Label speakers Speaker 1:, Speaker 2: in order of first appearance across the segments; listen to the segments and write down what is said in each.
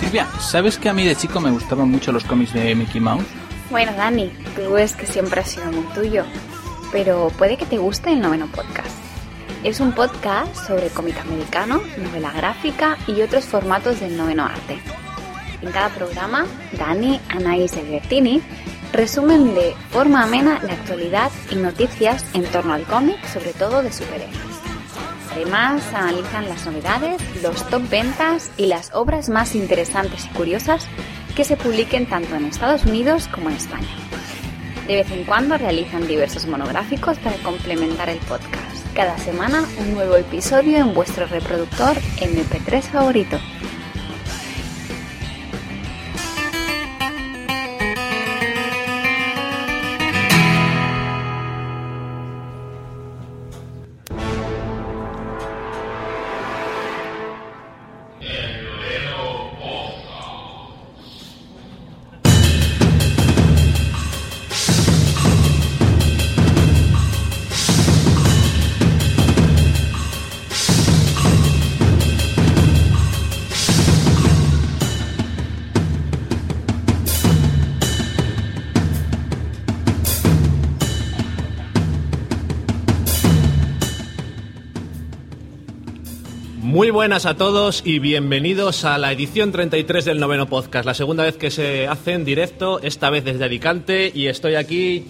Speaker 1: Silvia, ¿sabes que a mí de chico me gustaban mucho los cómics de Mickey Mouse?
Speaker 2: Bueno, Dani, tú es que siempre has sido muy tuyo, pero puede que te guste el noveno podcast. Es un podcast sobre cómic americano, novela gráfica y otros formatos del noveno arte. En cada programa, Dani, Anaís y Albertini resumen de forma amena la actualidad y noticias en torno al cómic, sobre todo de superhéroes. Además, analizan las novedades, los top ventas y las obras más interesantes y curiosas que se publiquen tanto en Estados Unidos como en España. De vez en cuando realizan diversos monográficos para complementar el podcast. Cada semana un nuevo episodio en vuestro reproductor MP3 favorito.
Speaker 3: Muy buenas a todos y bienvenidos a la edición 33 del noveno podcast, la segunda vez que se hace en directo, esta vez desde Alicante y estoy aquí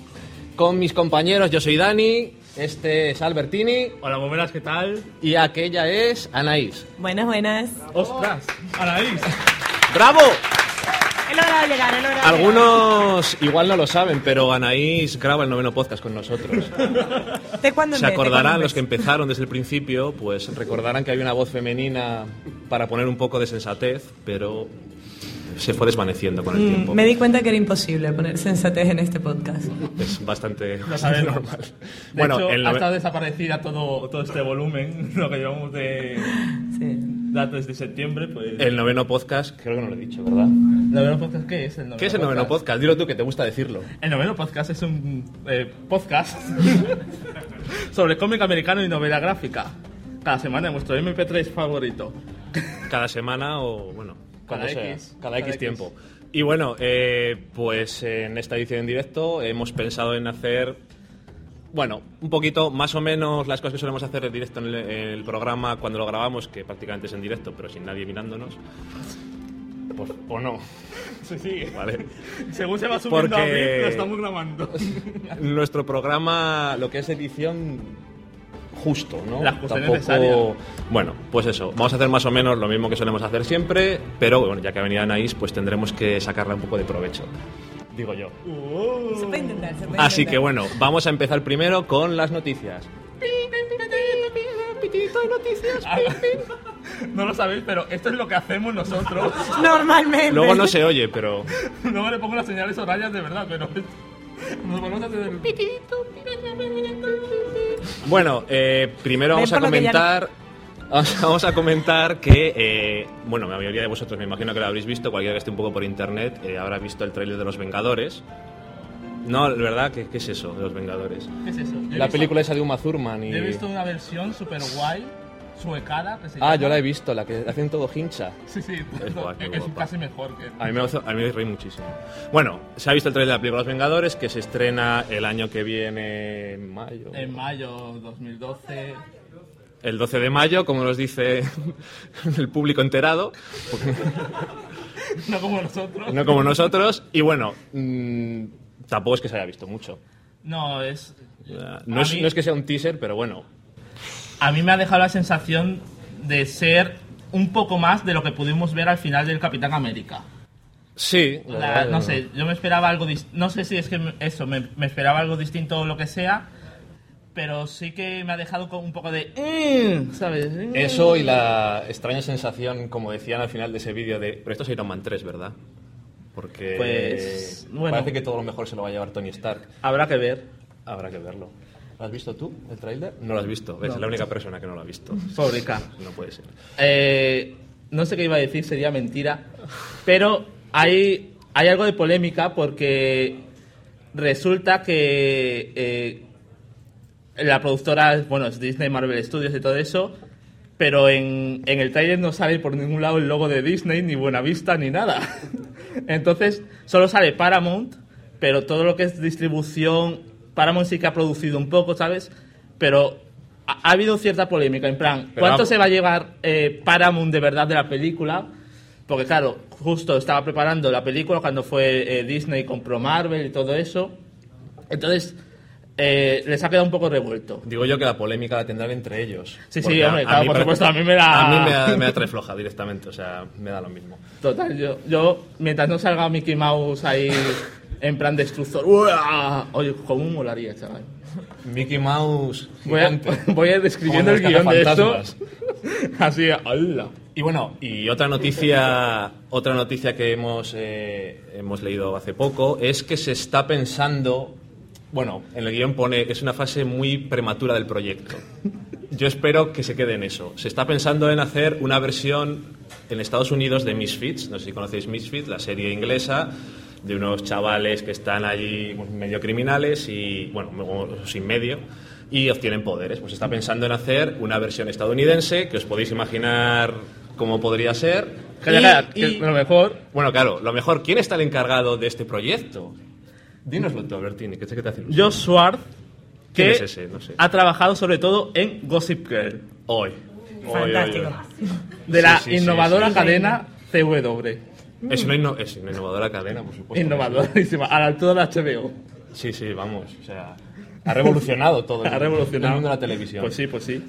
Speaker 3: con mis compañeros, yo soy Dani, este es Albertini
Speaker 4: Hola, muy buenas, ¿qué tal?
Speaker 3: y aquella es Anaís.
Speaker 5: Buenas, buenas.
Speaker 4: ¡Ostras! ¡Anaís!
Speaker 3: ¡Bravo!
Speaker 5: El hora de llegar, el hora de
Speaker 3: Algunos igual no lo saben, pero Anaís graba el noveno podcast con nosotros.
Speaker 5: llegar. ¿De cuándo
Speaker 3: Se
Speaker 5: en vez? ¿De cuándo en
Speaker 3: acordarán los que
Speaker 5: vez?
Speaker 3: empezaron desde el principio, pues recordarán que había una voz femenina para poner un poco de sensatez, pero se fue desvaneciendo con el tiempo.
Speaker 5: Mm, Me di cuenta que era imposible poner sensatez en este podcast.
Speaker 3: Es bastante
Speaker 4: Lo sabemos.
Speaker 3: normal.
Speaker 4: De hecho,
Speaker 3: el
Speaker 4: ha
Speaker 3: nove-
Speaker 4: estado desaparecida todo, todo este volumen, lo que llevamos de
Speaker 5: Sí.
Speaker 4: datos de septiembre, pues...
Speaker 3: el noveno podcast, creo que no lo he dicho, ¿verdad?
Speaker 4: noveno podcast qué es? El noveno
Speaker 3: ¿Qué es el noveno podcast? Dilo tú que te gusta decirlo.
Speaker 4: El noveno podcast es un eh, podcast sobre cómic americano y novela gráfica. Cada semana en vuestro MP3 favorito.
Speaker 3: Cada semana o, bueno,
Speaker 4: Cada
Speaker 3: cuando sea,
Speaker 4: X.
Speaker 3: cada
Speaker 4: Cada
Speaker 3: X
Speaker 4: X.
Speaker 3: tiempo. Y bueno, eh, pues en esta edición en directo hemos pensado en hacer, bueno, un poquito más o menos las cosas que solemos hacer en directo en el, en el programa cuando lo grabamos, que prácticamente es en directo, pero sin nadie mirándonos. Pues, o no,
Speaker 4: Sí, sí.
Speaker 3: ¿vale?
Speaker 4: Según se va subiendo
Speaker 3: Porque-
Speaker 4: a mí, lo estamos grabando.
Speaker 3: Nuestro programa, lo que es edición justo, ¿no?
Speaker 4: La justa y necesaria.
Speaker 3: Bueno, pues eso, vamos a hacer más o menos lo mismo que solemos hacer siempre, pero bueno, ya que ha venido Anaís, pues tendremos que sacarla un poco de provecho, digo yo.
Speaker 4: Uh,
Speaker 5: Se puede intentar, se puede
Speaker 3: Así
Speaker 5: intentar.
Speaker 3: que bueno, vamos a empezar primero con las noticias. Pitito de noticias.
Speaker 4: No lo sabéis, pero esto es lo que hacemos nosotros.
Speaker 5: Normalmente.
Speaker 3: Luego no se oye, pero
Speaker 4: No le pongo las señales horarias de verdad, pero nos volvemos a hacer el pitito.
Speaker 3: Bueno, eh, primero
Speaker 5: Ven
Speaker 3: vamos a
Speaker 5: por lo que ya
Speaker 3: comentar. Vamos vamos a comentar que, eh, bueno, la mayoría de vosotros me imagino que lo habréis visto, cualquiera que esté un poco por internet eh, habrá visto el tráiler de Los Vengadores. No, de ¿verdad? ¿Qué, qué es eso de Los Vengadores?
Speaker 4: ¿Qué es eso? Yo he
Speaker 3: La
Speaker 4: visto-
Speaker 3: película esa de Uma Thurman y...
Speaker 4: Yo he visto una versión super guay, suecada. Que se
Speaker 3: Ah,
Speaker 4: llama-
Speaker 3: yo la he visto, la que hacen todo hincha.
Speaker 4: Sí, sí,
Speaker 3: Es guay,
Speaker 4: es,
Speaker 3: muy guapa. Ah.
Speaker 4: casi mejor que.
Speaker 3: A mí, me, hizo- a mí me reí muchísimo. Bueno, se ha visto el trailer de la película Los Vengadores, que se estrena el año que viene, en mayo.
Speaker 4: En mayo 2012.
Speaker 3: El 12 de mayo, como nos dice el público enterado,
Speaker 4: No como nosotros.
Speaker 3: no como nosotros. Y bueno, mm, tampoco es que se haya visto mucho.
Speaker 4: No, es.
Speaker 3: No
Speaker 4: a
Speaker 3: es,
Speaker 4: mí-
Speaker 3: no es que sea un teaser, pero bueno.
Speaker 4: A mí me ha dejado la sensación de ser un poco más de lo que pudimos ver al final del Capitán América.
Speaker 3: Sí, la
Speaker 4: La-
Speaker 3: verdad,
Speaker 4: no sé, yo me esperaba algo dis- no sé si es que me- eso, me, me esperaba algo distinto o lo que sea, pero sí que me ha dejado con un poco de "Mm", ¿sabes? Mm.
Speaker 3: Eso y la extraña sensación, como decían al final de ese vídeo, de. Pero esto es Iron Man 3, ¿verdad? Porque.
Speaker 4: Pues,
Speaker 3: eh,
Speaker 4: bueno.
Speaker 3: Parece que todo lo mejor se lo va a llevar Tony Stark.
Speaker 4: Habrá que ver.
Speaker 3: Habrá que verlo. ¿Lo has visto tú, el tráiler? No lo has visto. Es la única persona que no lo ha visto.
Speaker 4: Fábrica.
Speaker 3: No puede ser.
Speaker 4: Eh, no sé qué iba a decir, sería mentira, pero hay hay algo de polémica porque resulta que eh, la productora, bueno, es Disney Marvel Studios y todo eso, Pero en, en el tráiler no sale por ningún lado el logo de Disney, ni Buenavista, ni nada. Entonces, solo sale Paramount, pero todo lo que es distribución, Paramount sí que ha producido un poco, ¿sabes? Pero ha, ha habido cierta polémica, en plan,
Speaker 3: Pero
Speaker 4: ¿cuánto
Speaker 3: ha-
Speaker 4: se va a llevar eh, Paramount de verdad de la película? Porque claro, justo estaba preparando la película cuando fue eh, Disney compró Marvel y todo eso. Entonces, eh, les ha quedado un poco revuelto.
Speaker 3: Digo yo que la polémica la tendrán entre ellos.
Speaker 4: Sí, sí,
Speaker 3: Porque a-
Speaker 4: hombre,
Speaker 3: a
Speaker 4: claro,
Speaker 3: mí
Speaker 4: por
Speaker 3: para-
Speaker 4: supuesto, a mí me da-
Speaker 3: A mí me da, me da tres floja directamente, o sea, me da lo mismo.
Speaker 4: Total, yo, yo mientras no salga Mickey Mouse ahí en plan destructor, ¡uah! oye, ¿cómo molaría, chaval?
Speaker 3: Mickey Mouse.
Speaker 4: Voy a,
Speaker 3: gigante.
Speaker 4: voy a ir describiendo
Speaker 3: Como
Speaker 4: el
Speaker 3: los
Speaker 4: guión de esto.
Speaker 3: cazafantasmas.
Speaker 4: Así, ¡hala!
Speaker 3: Y bueno, y otra noticia, otra noticia que hemos, eh, hemos leído hace poco es que se está pensando, bueno, en el guión pone que es una fase muy prematura del proyecto. Yo espero que se quede en eso. Se está pensando en hacer una versión en Estados Unidos de Misfits, no sé si conocéis Misfits, la serie inglesa de unos chavales que están allí pues, medio criminales y bueno, o sin medio y obtienen poderes. Pues está pensando en hacer una versión estadounidense que os podéis imaginar cómo podría ser.
Speaker 4: Calla,
Speaker 3: Y-
Speaker 4: calla, que
Speaker 3: y-
Speaker 4: lo mejor.
Speaker 3: Bueno, claro, lo mejor, ¿quién está el encargado de este proyecto? Dínoslo tú, Albertini, que sé que te hace ilusión.
Speaker 4: Josh Swart,
Speaker 3: ¿Quién
Speaker 4: que
Speaker 3: es ese? No sé.
Speaker 4: ha trabajado sobre todo en Gossip Girl,
Speaker 3: Hoy. Hoy, hoy, hoy.
Speaker 5: Fantástico.
Speaker 4: de
Speaker 3: Sí,
Speaker 4: la
Speaker 3: sí, sí,
Speaker 4: innovadora
Speaker 3: sí, sí.
Speaker 4: cadena CW.
Speaker 3: Es una, inno- es una innovadora cadena, por supuesto.
Speaker 4: Innovadorísima, a la altura de HBO.
Speaker 3: Sí, sí, vamos. O sea, ha revolucionado todo. el-
Speaker 4: Ha
Speaker 3: El
Speaker 4: revolucionado.
Speaker 3: mundo de la televisión.
Speaker 4: Pues sí, pues sí.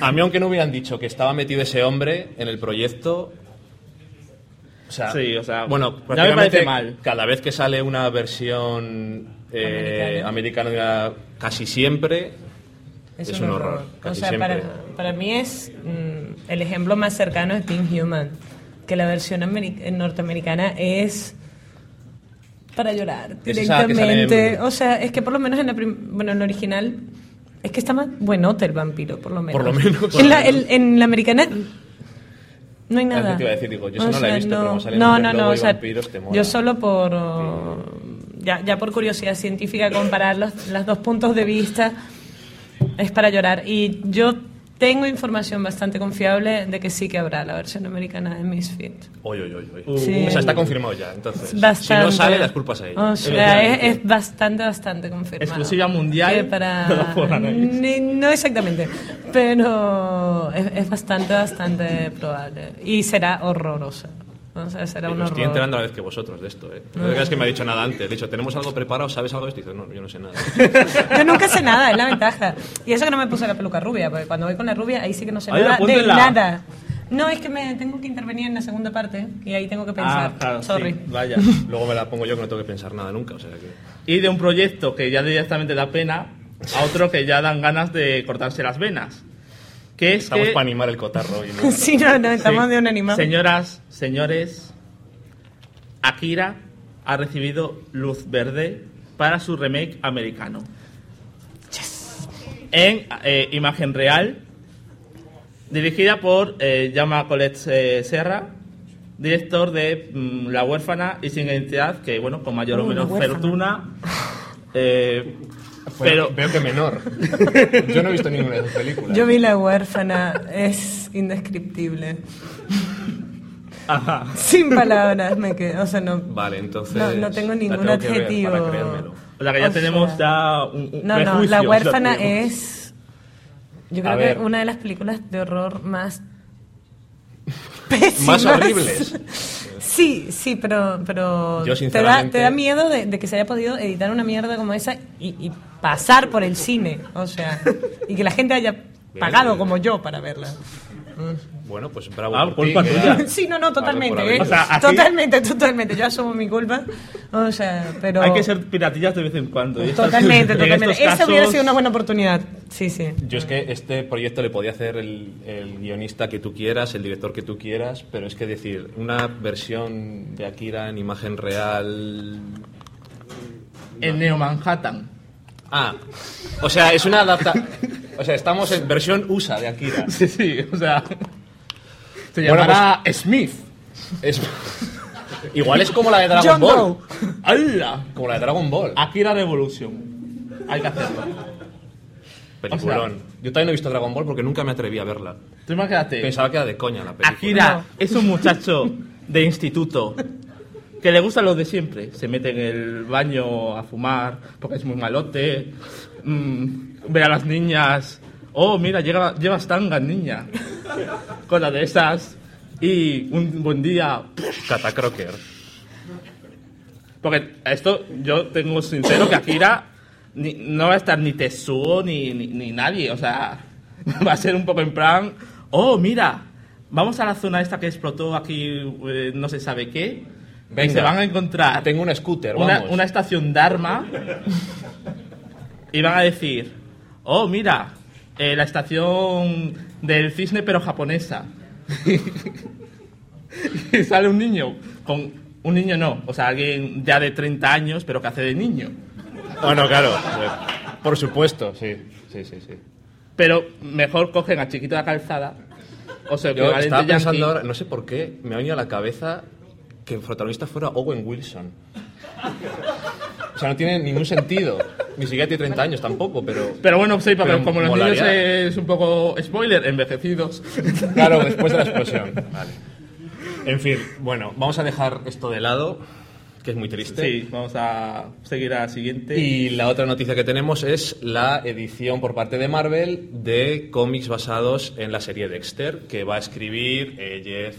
Speaker 3: A mí, aunque no hubieran dicho que estaba metido ese hombre en el proyecto. O sea,
Speaker 4: Sí, o sea,
Speaker 3: bueno,
Speaker 4: ya me
Speaker 3: prácticamente
Speaker 4: parece mal.
Speaker 3: Cada vez que sale una versión eh, americana, casi siempre es, un horror.
Speaker 5: O
Speaker 3: casi
Speaker 5: sea,
Speaker 3: siempre.
Speaker 5: para, para mí es mm, el ejemplo más cercano es Being Human, que la versión ameri- eh, norteamericana es para llorar
Speaker 3: Es esa que sale
Speaker 5: directamente.
Speaker 3: en-
Speaker 5: O sea, es que por lo menos en la prim- bueno, en la original es que está más buenote el vampiro, por lo menos.
Speaker 3: Por lo menos.
Speaker 5: En la, el- en la americana no hay nada.
Speaker 3: Antes te iba a decir, digo, yo eso no la he visto,
Speaker 5: no,
Speaker 3: pero como salen
Speaker 5: no,
Speaker 3: hombres
Speaker 5: no, no,
Speaker 3: lobo
Speaker 5: o
Speaker 3: y
Speaker 5: sea,
Speaker 3: vampiros, te mola.
Speaker 5: yo solo por oh, ya, ya por curiosidad científica comparar los, los dos puntos de vista es para llorar y yo tengo información bastante confiable de que sí que habrá la versión americana de Misfit.
Speaker 3: Hoy, hoy, hoy,
Speaker 4: Uh.
Speaker 3: hoy.
Speaker 5: Sí.
Speaker 3: O sea, está confirmado ya. Entonces, si
Speaker 5: Bastante.
Speaker 3: no sale, las culpas a ella.
Speaker 5: O sea, es, es bastante, bastante confirmado.
Speaker 4: Exclusiva mundial,
Speaker 5: Que para-
Speaker 4: todo por la nariz.
Speaker 5: Ni- no exactamente, pero es, es bastante, bastante probable. Y será horrorosa. O sea, será
Speaker 3: Yo
Speaker 5: un
Speaker 3: me estoy
Speaker 5: horror. Ah.
Speaker 3: enterando a la vez que vosotros de esto, ¿eh? No te creas que me ha dicho nada antes. Le he dicho, ¿tenemos algo preparado? ¿Sabes algo de esto? Y dice, no, yo no sé nada.
Speaker 5: Yo nunca sé nada, es la ventaja. Y eso que no me puse la peluca rubia, porque cuando voy con la rubia, ahí sí que no sé
Speaker 4: Ahí
Speaker 5: nada de
Speaker 4: apúntenla.
Speaker 5: nada. No, es que me tengo que intervenir en la segunda parte y ahí tengo que pensar.
Speaker 4: Ah, claro, sí,
Speaker 5: Sorry.
Speaker 4: vaya.
Speaker 3: Luego me la pongo yo que no tengo que pensar nada nunca. O sea, que...
Speaker 4: Y de un proyecto que ya directamente da pena a otro que ya dan ganas de cortarse las venas. Que es
Speaker 3: Estamos
Speaker 4: que,
Speaker 3: para animar el cotarro hoy. ¿no?
Speaker 5: Sí, no, no, estamos
Speaker 4: Sí.
Speaker 5: de un animal.
Speaker 4: Señoras, señores, Akira ha recibido luz verde para su remake americano. En eh, imagen real, dirigida por eh, Yama Colette eh, Serra, director de mm, La huérfana y sin identidad, que bueno, con mayor o
Speaker 5: Uh, La
Speaker 4: menos
Speaker 5: huérfana.
Speaker 4: fortuna. eh,
Speaker 3: Pero
Speaker 4: pero
Speaker 3: veo que menor. Yo no he visto ninguna de sus películas.
Speaker 5: Yo vi La huérfana, es indescriptible.
Speaker 4: Ajá.
Speaker 5: Sin palabras me quedo, o sea, no...
Speaker 3: Vale, entonces.
Speaker 5: No, no tengo
Speaker 3: la
Speaker 5: ningún
Speaker 3: tengo que ver
Speaker 5: adjetivo.
Speaker 3: para creérmelo.
Speaker 4: O sea que ya
Speaker 5: O
Speaker 4: tenemos
Speaker 5: sea,
Speaker 4: ya un, un
Speaker 5: No, no,
Speaker 4: prejuicio,
Speaker 5: La
Speaker 4: ya
Speaker 5: huérfana
Speaker 4: tenemos.
Speaker 5: es... Yo
Speaker 3: A
Speaker 5: creo
Speaker 3: ver.
Speaker 5: que una de las películas de horror más... pésimas.
Speaker 3: Más horribles.
Speaker 5: Sí, sí, pero, pero
Speaker 3: Yo,
Speaker 5: te, da,
Speaker 3: sinceramente-
Speaker 5: te da miedo de, de que se haya podido editar una mierda como esa y, y pasar por el cine, o sea, y que la gente haya pagado
Speaker 3: bien.
Speaker 5: como yo para verla.
Speaker 3: Bueno, pues bravo.
Speaker 4: Ah,
Speaker 3: por
Speaker 4: culpa
Speaker 3: ti, que
Speaker 4: tuya.
Speaker 3: era-
Speaker 5: Sí, no, no,
Speaker 3: Pagó por
Speaker 5: totalmente,
Speaker 3: haber
Speaker 5: ¿eh?
Speaker 3: ido.
Speaker 4: O sea, aquí-
Speaker 5: totalmente, totalmente, yo asumo mi culpa, o sea, pero...
Speaker 4: Hay que ser piratillas de vez en cuando. y estas-
Speaker 5: Totalmente,
Speaker 4: en
Speaker 5: totalmente.
Speaker 4: estos
Speaker 5: Esa hubiera
Speaker 4: casos-
Speaker 5: sido una buena oportunidad, sí, sí.
Speaker 3: Yo es que este proyecto le podía hacer el, el guionista que tú quieras, el director que tú quieras, pero es que decir, una versión de Akira en imagen real.
Speaker 4: En Neo Manhattan.
Speaker 3: Ah, o sea, es una adapta. O sea, estamos en versión USA de Akira.
Speaker 4: Sí, sí, o sea. Se
Speaker 3: Bueno, pues,
Speaker 4: llamará Smith.
Speaker 3: Es- Igual es como la de Dragon
Speaker 5: John
Speaker 3: Ball.
Speaker 5: Doe.
Speaker 4: ¡Hala! Ah, pues-
Speaker 3: Como la de Dragon Ball.
Speaker 4: Akira Revolution. Hay que hacerlo.
Speaker 3: Peliculón. Yo también no he visto Dragon Ball porque nunca me atreví a verla.
Speaker 4: Tú imagínate.
Speaker 3: Pensaba que era de coña la película.
Speaker 4: Akira
Speaker 5: No.
Speaker 4: pues, es un muchacho de instituto que le gusta lo de siempre. Se mete en el baño a fumar porque es muy malote. mm, ve a las niñas. Oh, mira, llega, llevas tangas, niña. Cosas de esas. Y un buen día.
Speaker 3: Cata Crocker.
Speaker 4: Porque esto, yo tengo sincero que Akira ni- no va a estar ni Tetsuo ni, ni, ni nadie. O sea, va a ser un poco en plan. Oh, mira, vamos a la zona esta que explotó aquí, eh, no se sabe qué. Y
Speaker 3: Venga.
Speaker 4: se van a encontrar
Speaker 3: Tengo un scooter,
Speaker 4: Ah. una,
Speaker 3: vamos.
Speaker 4: una estación Dharma y van a decir, oh, mira, eh, la estación del cisne pero japonesa. y sale un niño, con un niño no, o sea, alguien ya de 30 años pero que hace de niño.
Speaker 3: Bueno, claro. Por supuesto, sí. Sí, sí, sí.
Speaker 4: Pero mejor cogen a Chiquito de la Calzada. O sea,
Speaker 3: Yo
Speaker 4: equivalente
Speaker 3: estaba
Speaker 4: yankee.
Speaker 3: pensando ahora, no sé por qué, me ha venido a la cabeza que el protagonista fuera Owen Wilson. O sea, no tiene ningún sentido. Ni siquiera tiene 30 años tampoco, pero...
Speaker 4: Pero bueno, sí, porque
Speaker 3: Pero
Speaker 4: como los niños
Speaker 3: molaría.
Speaker 4: es un poco spoiler, envejecidos.
Speaker 3: Claro, después de la explosión. Vale. En fin, bueno, vamos a dejar esto de lado, que es muy triste.
Speaker 4: Sí, vamos a seguir a la siguiente.
Speaker 3: Y la otra noticia que tenemos es la edición por parte de Marvel de cómics basados en la serie Dexter, que va a escribir eh, Jeff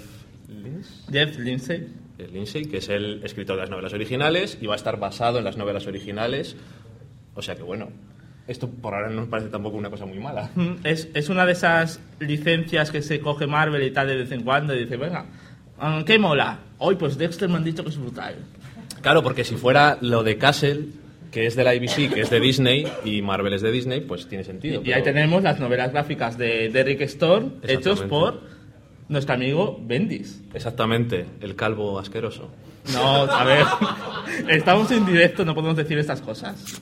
Speaker 3: Lins-
Speaker 4: Jeff Lindsay.
Speaker 3: eh, Lindsay, que es el escritor de las novelas originales, y va a estar basado en las novelas originales. O sea que bueno, esto por ahora no nos parece tampoco una cosa muy mala.
Speaker 4: Mm, Es, es una de esas licencias que se coge Marvel y tal de vez en cuando y dice, venga, ah, ¿qué mola? Hoy pues Dexter me han dicho que es brutal.
Speaker 3: Claro, porque si fuera lo de Castle, que es de la ABC, que es de Disney, y Marvel es de Disney, pues tiene sentido.
Speaker 4: Y ahí
Speaker 3: pero-
Speaker 4: tenemos las novelas gráficas de Derrick Storm hechos
Speaker 3: Exactamente.
Speaker 4: por nuestro amigo Bendis.
Speaker 3: Exactamente, el calvo asqueroso.
Speaker 4: No, a ver, estamos en directo, no podemos decir estas cosas.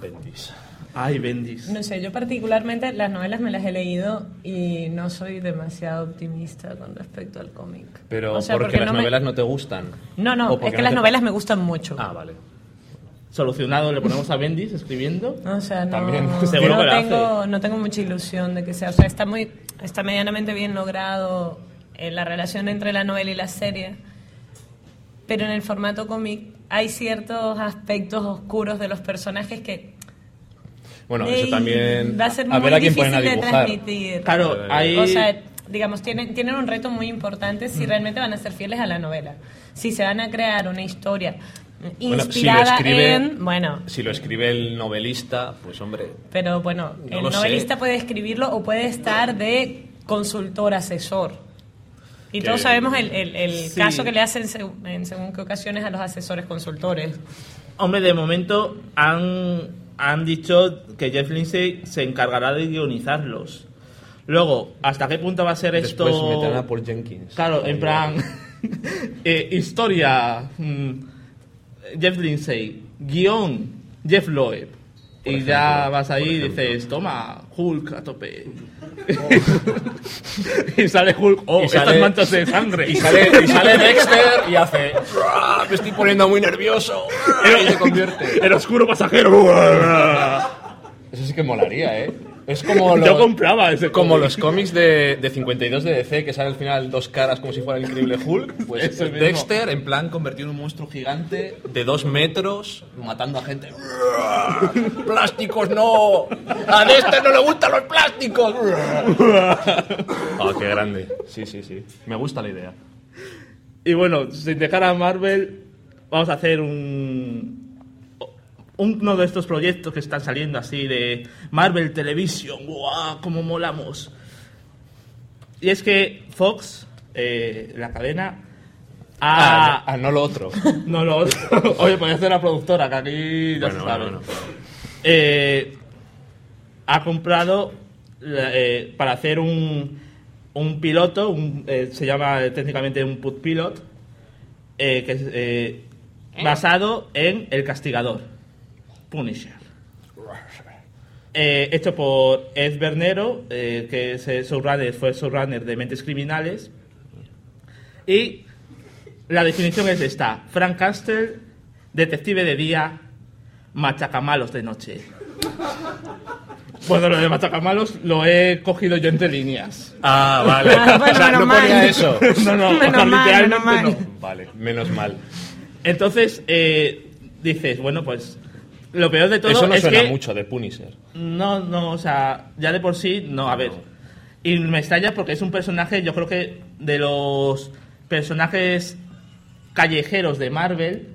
Speaker 3: Bendis.
Speaker 4: Ay, Bendis.
Speaker 5: No sé, yo particularmente las novelas me las he leído y no soy demasiado optimista con respecto al cómic.
Speaker 3: Pero
Speaker 5: O sea,
Speaker 3: porque, las
Speaker 5: no me-
Speaker 3: novelas no te gustan.
Speaker 5: No, no,
Speaker 3: O
Speaker 5: es
Speaker 3: porque
Speaker 5: que
Speaker 3: no
Speaker 5: las
Speaker 3: te-
Speaker 5: novelas me gustan mucho.
Speaker 3: Ah, vale.
Speaker 4: Solucionado, le ponemos a Bendis escribiendo.
Speaker 5: O sea, no,
Speaker 3: También,
Speaker 5: no
Speaker 4: seguro que la
Speaker 5: tengo, no tengo mucha ilusión de que sea. O sea, está, muy, está medianamente bien logrado eh, la relación entre la novela y la serie. Pero en el formato cómic hay ciertos aspectos oscuros de los personajes que
Speaker 3: Bueno,
Speaker 5: ey,
Speaker 3: eso también.
Speaker 5: Eh, va a ser
Speaker 3: a ver
Speaker 5: muy
Speaker 3: a quién
Speaker 5: difícil
Speaker 3: ponen a
Speaker 5: de
Speaker 3: dibujar.
Speaker 5: transmitir.
Speaker 4: Claro, ahí...
Speaker 5: O sea, digamos, tienen, tienen un reto muy importante si realmente van a ser fieles a la novela. Si se van a crear una historia
Speaker 3: si lo
Speaker 5: inspirada
Speaker 3: escribe-
Speaker 5: en... Bueno,
Speaker 3: Si lo escribe el novelista, pues hombre.
Speaker 5: pero bueno,
Speaker 3: No
Speaker 5: el
Speaker 3: lo sé.
Speaker 5: novelista puede escribirlo o puede estar de consultor, asesor. Y
Speaker 3: Que-
Speaker 5: todos sabemos el, el- el
Speaker 4: Sí.
Speaker 5: caso que le hacen seg- en según qué ocasiones a los asesores consultores.
Speaker 4: Hombre, de momento han, han dicho que Jeff Lindsay se encargará de guionizarlos. Luego, ¿hasta qué punto va a ser
Speaker 3: Después
Speaker 4: esto?
Speaker 3: meterán a Paul Jenkins.
Speaker 4: Claro,
Speaker 3: Ahí
Speaker 4: en
Speaker 3: va.
Speaker 4: plan. eh, historia. mm, Jeff Lindsay. Guión. Jeff Loeb. Y
Speaker 3: ejemplo,
Speaker 4: ya vas
Speaker 3: por
Speaker 4: ahí y
Speaker 3: ejemplo.
Speaker 4: dices, toma, Hulk a tope. y sale Hulk, oh,
Speaker 3: Y
Speaker 4: estas
Speaker 3: sale-
Speaker 4: manchas de sangre.
Speaker 3: Y sale, y sale Dexter y hace. "Ruah, Me estoy poniendo muy nervioso. ruah", Y se convierte.
Speaker 4: El oscuro pasajero.
Speaker 3: Eso sí que molaría, ¿eh? Es como lo-
Speaker 4: Yo compraba ese
Speaker 3: Como
Speaker 4: cómic.
Speaker 3: los cómics de, de 52 de DC que sale al final dos caras como si fuera el increíble Hulk. Pues
Speaker 4: Eso mismo.
Speaker 3: Dexter, en plan, convertido en un monstruo gigante de dos metros, matando a gente. ¡Plásticos no! ¡A Dexter no le gustan los plásticos! ¡Ah, qué grande! Sí, sí, sí. Me gusta la idea.
Speaker 4: Y bueno, sin dejar a Marvel, vamos a hacer un. Uno de estos proyectos que están saliendo así de Marvel Television, ¡guau! ¡Cómo molamos! Y es que Fox, eh, la cadena,
Speaker 3: Ah,
Speaker 4: ha.
Speaker 3: ah, no lo otro.
Speaker 4: No, lo otro. Oye, podría ser la productora, que aquí ya
Speaker 3: Bueno,
Speaker 4: se
Speaker 3: bueno,
Speaker 4: sabe.
Speaker 3: bueno.
Speaker 4: Eh, ha comprado la- eh, para hacer un, un piloto, un, eh, se llama eh, técnicamente un put pilot, eh, que es eh, basado en El Castigador, Punisher. Eh, hecho por Ed Bernero, eh, que es eh, showrunner- fue showrunner de Mentes Criminales. Y la definición es esta: Frank Castle, detective de día, machacamalos de noche. Bueno, lo de Matacamalos lo he cogido yo entre líneas.
Speaker 3: Ah, vale.
Speaker 5: Ah, bueno,
Speaker 3: o sea, no
Speaker 5: menos
Speaker 3: ponía
Speaker 5: mal.
Speaker 3: eso.
Speaker 4: No, no,
Speaker 5: Menos mal,
Speaker 4: literalmente
Speaker 5: menos mal.
Speaker 4: no.
Speaker 3: Vale, menos mal.
Speaker 4: Entonces, eh, dices, bueno, pues lo peor de todo
Speaker 3: eso no
Speaker 4: es
Speaker 3: suena
Speaker 4: que...
Speaker 3: mucho de Punisher.
Speaker 4: No, no, o sea, ya de por sí, no, a ver. Y me extraña porque es un personaje, yo creo que de los personajes callejeros de Marvel,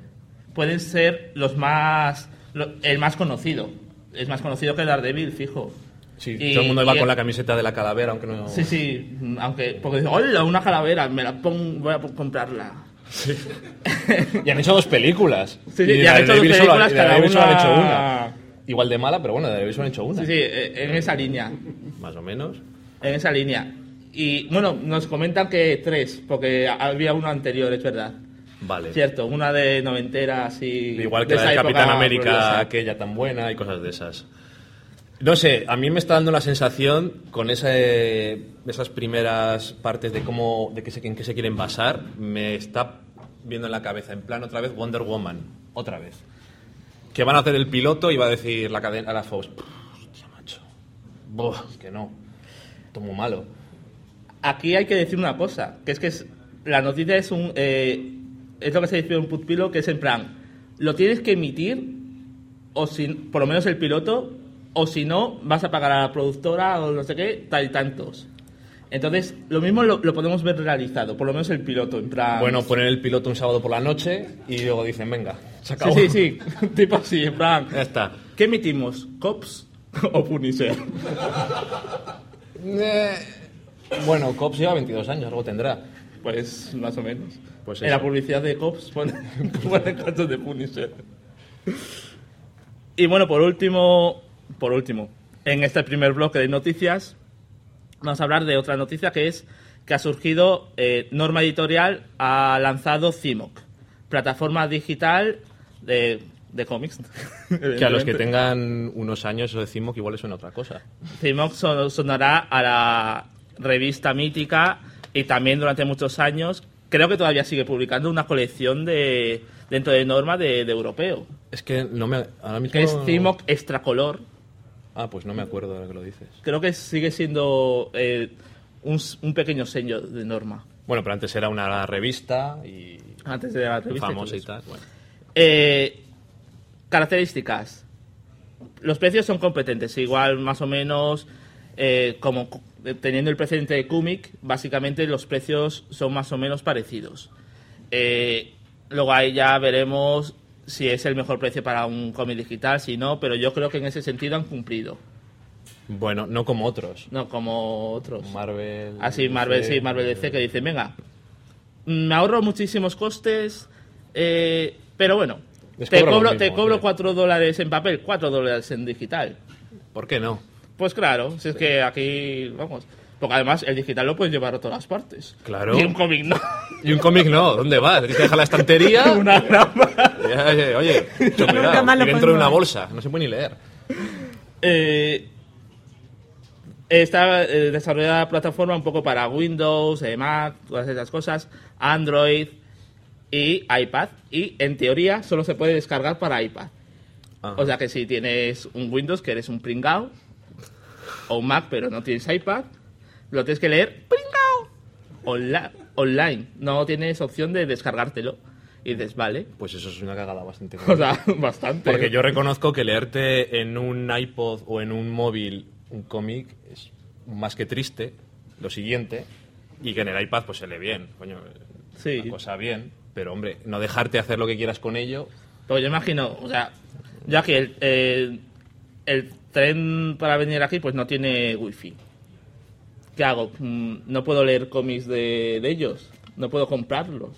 Speaker 4: pueden ser los más. lo- el más conocido. Es más conocido que Daredevil, fijo.
Speaker 3: Sí,
Speaker 4: Y-
Speaker 3: todo el mundo va
Speaker 4: y-
Speaker 3: con la camiseta de la calavera, aunque no.
Speaker 4: Sí, sí, aunque. Porque dice, hola, una calavera, me la pongo, voy a comprarla.
Speaker 3: Y han hecho dos películas.
Speaker 4: Sí, sí, y han
Speaker 3: de
Speaker 4: hecho dos
Speaker 3: Daredevil solo-
Speaker 4: películas,
Speaker 3: y de
Speaker 4: cada
Speaker 3: Daredevil solo han hecho
Speaker 4: una-
Speaker 3: una. Igual de mala, pero bueno, de Daredevil solo han hecho una.
Speaker 4: Sí, sí, e- en esa línea.
Speaker 3: Más o menos.
Speaker 4: En esa línea. Y bueno, nos comentan que tres, porque había uno anterior, es verdad.
Speaker 3: Vale.
Speaker 4: Cierto, una de noventera así.
Speaker 3: Igual que
Speaker 4: de
Speaker 3: la del
Speaker 4: esa
Speaker 3: Capitán
Speaker 4: época
Speaker 3: América,
Speaker 4: gloriosa.
Speaker 3: aquella tan buena y cosas de esas. No sé, a mí me está dando la sensación con ese- esas primeras partes de cómo, de qué se, en qué se quieren basar, me está viendo en la cabeza, en plan otra vez Wonder Woman, otra vez. Que van a hacer el piloto y va a decir la cadena a la Fox, "Puf, hostia macho, Buah, que no, esto es muy malo.
Speaker 4: Aquí hay que decir una cosa, que es que es- la noticia es un. eh, es lo que se dice en Putpilo, que es en plan. Lo tienes que emitir, o si, por lo menos el piloto, o si no, vas a pagar a la productora o no sé qué, tal y tantos. Entonces, lo mismo lo, lo podemos ver realizado, por lo menos el piloto, en plan.
Speaker 3: Bueno, poner el piloto un sábado por la noche y luego dicen, venga, se acabó.
Speaker 4: sí, sí, sí, tipo así, en plan.
Speaker 3: Ya está.
Speaker 4: ¿Qué emitimos? ¿Cops o Punisher?
Speaker 3: Eh, Bueno, Cops lleva 22 años, algo tendrá.
Speaker 4: Pues más o menos.
Speaker 3: Pues
Speaker 4: en
Speaker 3: eso.
Speaker 4: la publicidad de Cops ponen, ponen cartas de Punisher. Y bueno, por último, por último, en este primer bloque de noticias, vamos a hablar de otra noticia que es que ha surgido eh, Norma Editorial ha lanzado Cimoc, plataforma digital de, de cómics.
Speaker 3: Que a los que
Speaker 4: evidentemente.
Speaker 3: tengan unos años os decimos que igual es una otra cosa.
Speaker 4: Cimoc son- sonará a la revista mítica y también durante muchos años, creo que todavía sigue publicando una colección de dentro de Norma de, de europeo,
Speaker 3: Es que no me... Ahora mismo...
Speaker 4: que es Cimoc Extracolor.
Speaker 3: Ah, pues no me acuerdo ahora que lo dices.
Speaker 4: Creo que sigue siendo eh, un, s- un pequeño sello de Norma.
Speaker 3: Bueno, pero antes era una revista y...
Speaker 4: Antes de la revista.
Speaker 3: famosa y
Speaker 4: todo eso.
Speaker 3: tal. Bueno.
Speaker 4: Eh, características. Los precios son competentes, igual más o menos eh, como cu- eh, teniendo el precedente de Kumic, básicamente los precios son más o menos parecidos. Eh, luego ahí ya veremos si es el mejor precio para un cómic digital, si no, pero yo creo que en ese sentido han cumplido,
Speaker 3: Bueno, no como otros.
Speaker 4: no como otros.
Speaker 3: Marvel...
Speaker 4: Así Marvel, Ah, sí, Marvel DC que dice, venga, me ahorro muchísimos costes, eh, pero bueno,
Speaker 3: Les
Speaker 4: te
Speaker 3: cobro lo
Speaker 4: cobro,
Speaker 3: mismo,
Speaker 4: te cobro
Speaker 3: sí.
Speaker 4: 4 dólares en papel, 4 dólares en digital.
Speaker 3: ¿Por qué no?
Speaker 4: Pues claro, si es que aquí, vamos, porque además el digital lo puedes llevar a todas partes.
Speaker 3: Claro.
Speaker 4: Y un cómic no.
Speaker 3: Y un cómic no, ¿dónde vas? Tienes que dejar la estantería...
Speaker 4: Una grapa.
Speaker 3: Ya, Oye, oye, mucho
Speaker 5: Nunca
Speaker 3: cuidado,
Speaker 5: más lo
Speaker 3: y dentro de una
Speaker 5: pongo.
Speaker 3: bolsa, no se puede ni leer.
Speaker 4: Eh, está eh, desarrollada la plataforma un poco para Windows, eh, Mac, todas esas cosas, Android y iPad. Y en teoría solo se puede descargar para iPad.
Speaker 3: Ajá.
Speaker 4: O sea que si tienes un Windows, que eres un pringao, o un Mac, pero no tienes iPad, lo tienes que leer pringao onla- online. No tienes opción de descargártelo. Y dices, vale.
Speaker 3: Pues eso es una cagada bastante grande.
Speaker 4: O sea, bastante.
Speaker 3: Porque yo reconozco que leerte en un iPod o en un móvil un cómic es más que triste, lo siguiente, y que en el iPad pues se lee bien, coño,
Speaker 4: Sí.
Speaker 3: una cosa bien, pero hombre, no dejarte hacer lo que quieras con ello,
Speaker 4: Pues yo imagino, o sea, yo aquí el, el- el tren para venir aquí pues no tiene wifi. ¿Qué hago? Mm, No puedo leer cómics de, de ellos, no puedo comprarlos.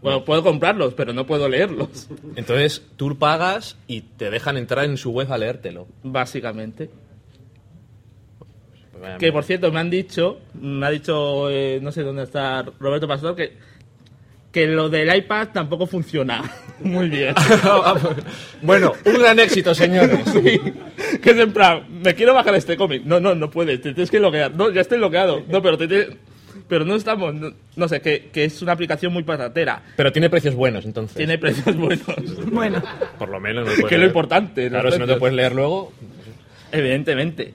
Speaker 4: Bueno, puedo comprarlos, pero no puedo leerlos,
Speaker 3: entonces tú pagas y te dejan entrar en su web a leértelo.
Speaker 4: básicamente.
Speaker 3: Pues vaya
Speaker 4: Que por
Speaker 3: mierda.
Speaker 4: cierto, me han dicho, me ha dicho, eh, no sé dónde está Roberto Pastor, que, que lo del iPad tampoco funciona muy bien.
Speaker 3: bueno, un gran éxito, señores.
Speaker 4: Sí, que es en plan, me quiero bajar este cómic. No, no, no puedes, te tienes que loguear. No, ya estoy logueado. No, pero te, te- pero no estamos, no, no sé, que, que es una aplicación muy patatera.
Speaker 3: Pero tiene precios buenos, entonces.
Speaker 4: Tiene precios buenos.
Speaker 5: Bueno,
Speaker 3: Por lo menos. No
Speaker 4: que es lo importante. los
Speaker 3: Claro, si no te
Speaker 4: precios.
Speaker 3: puedes leer luego,
Speaker 4: Evidentemente.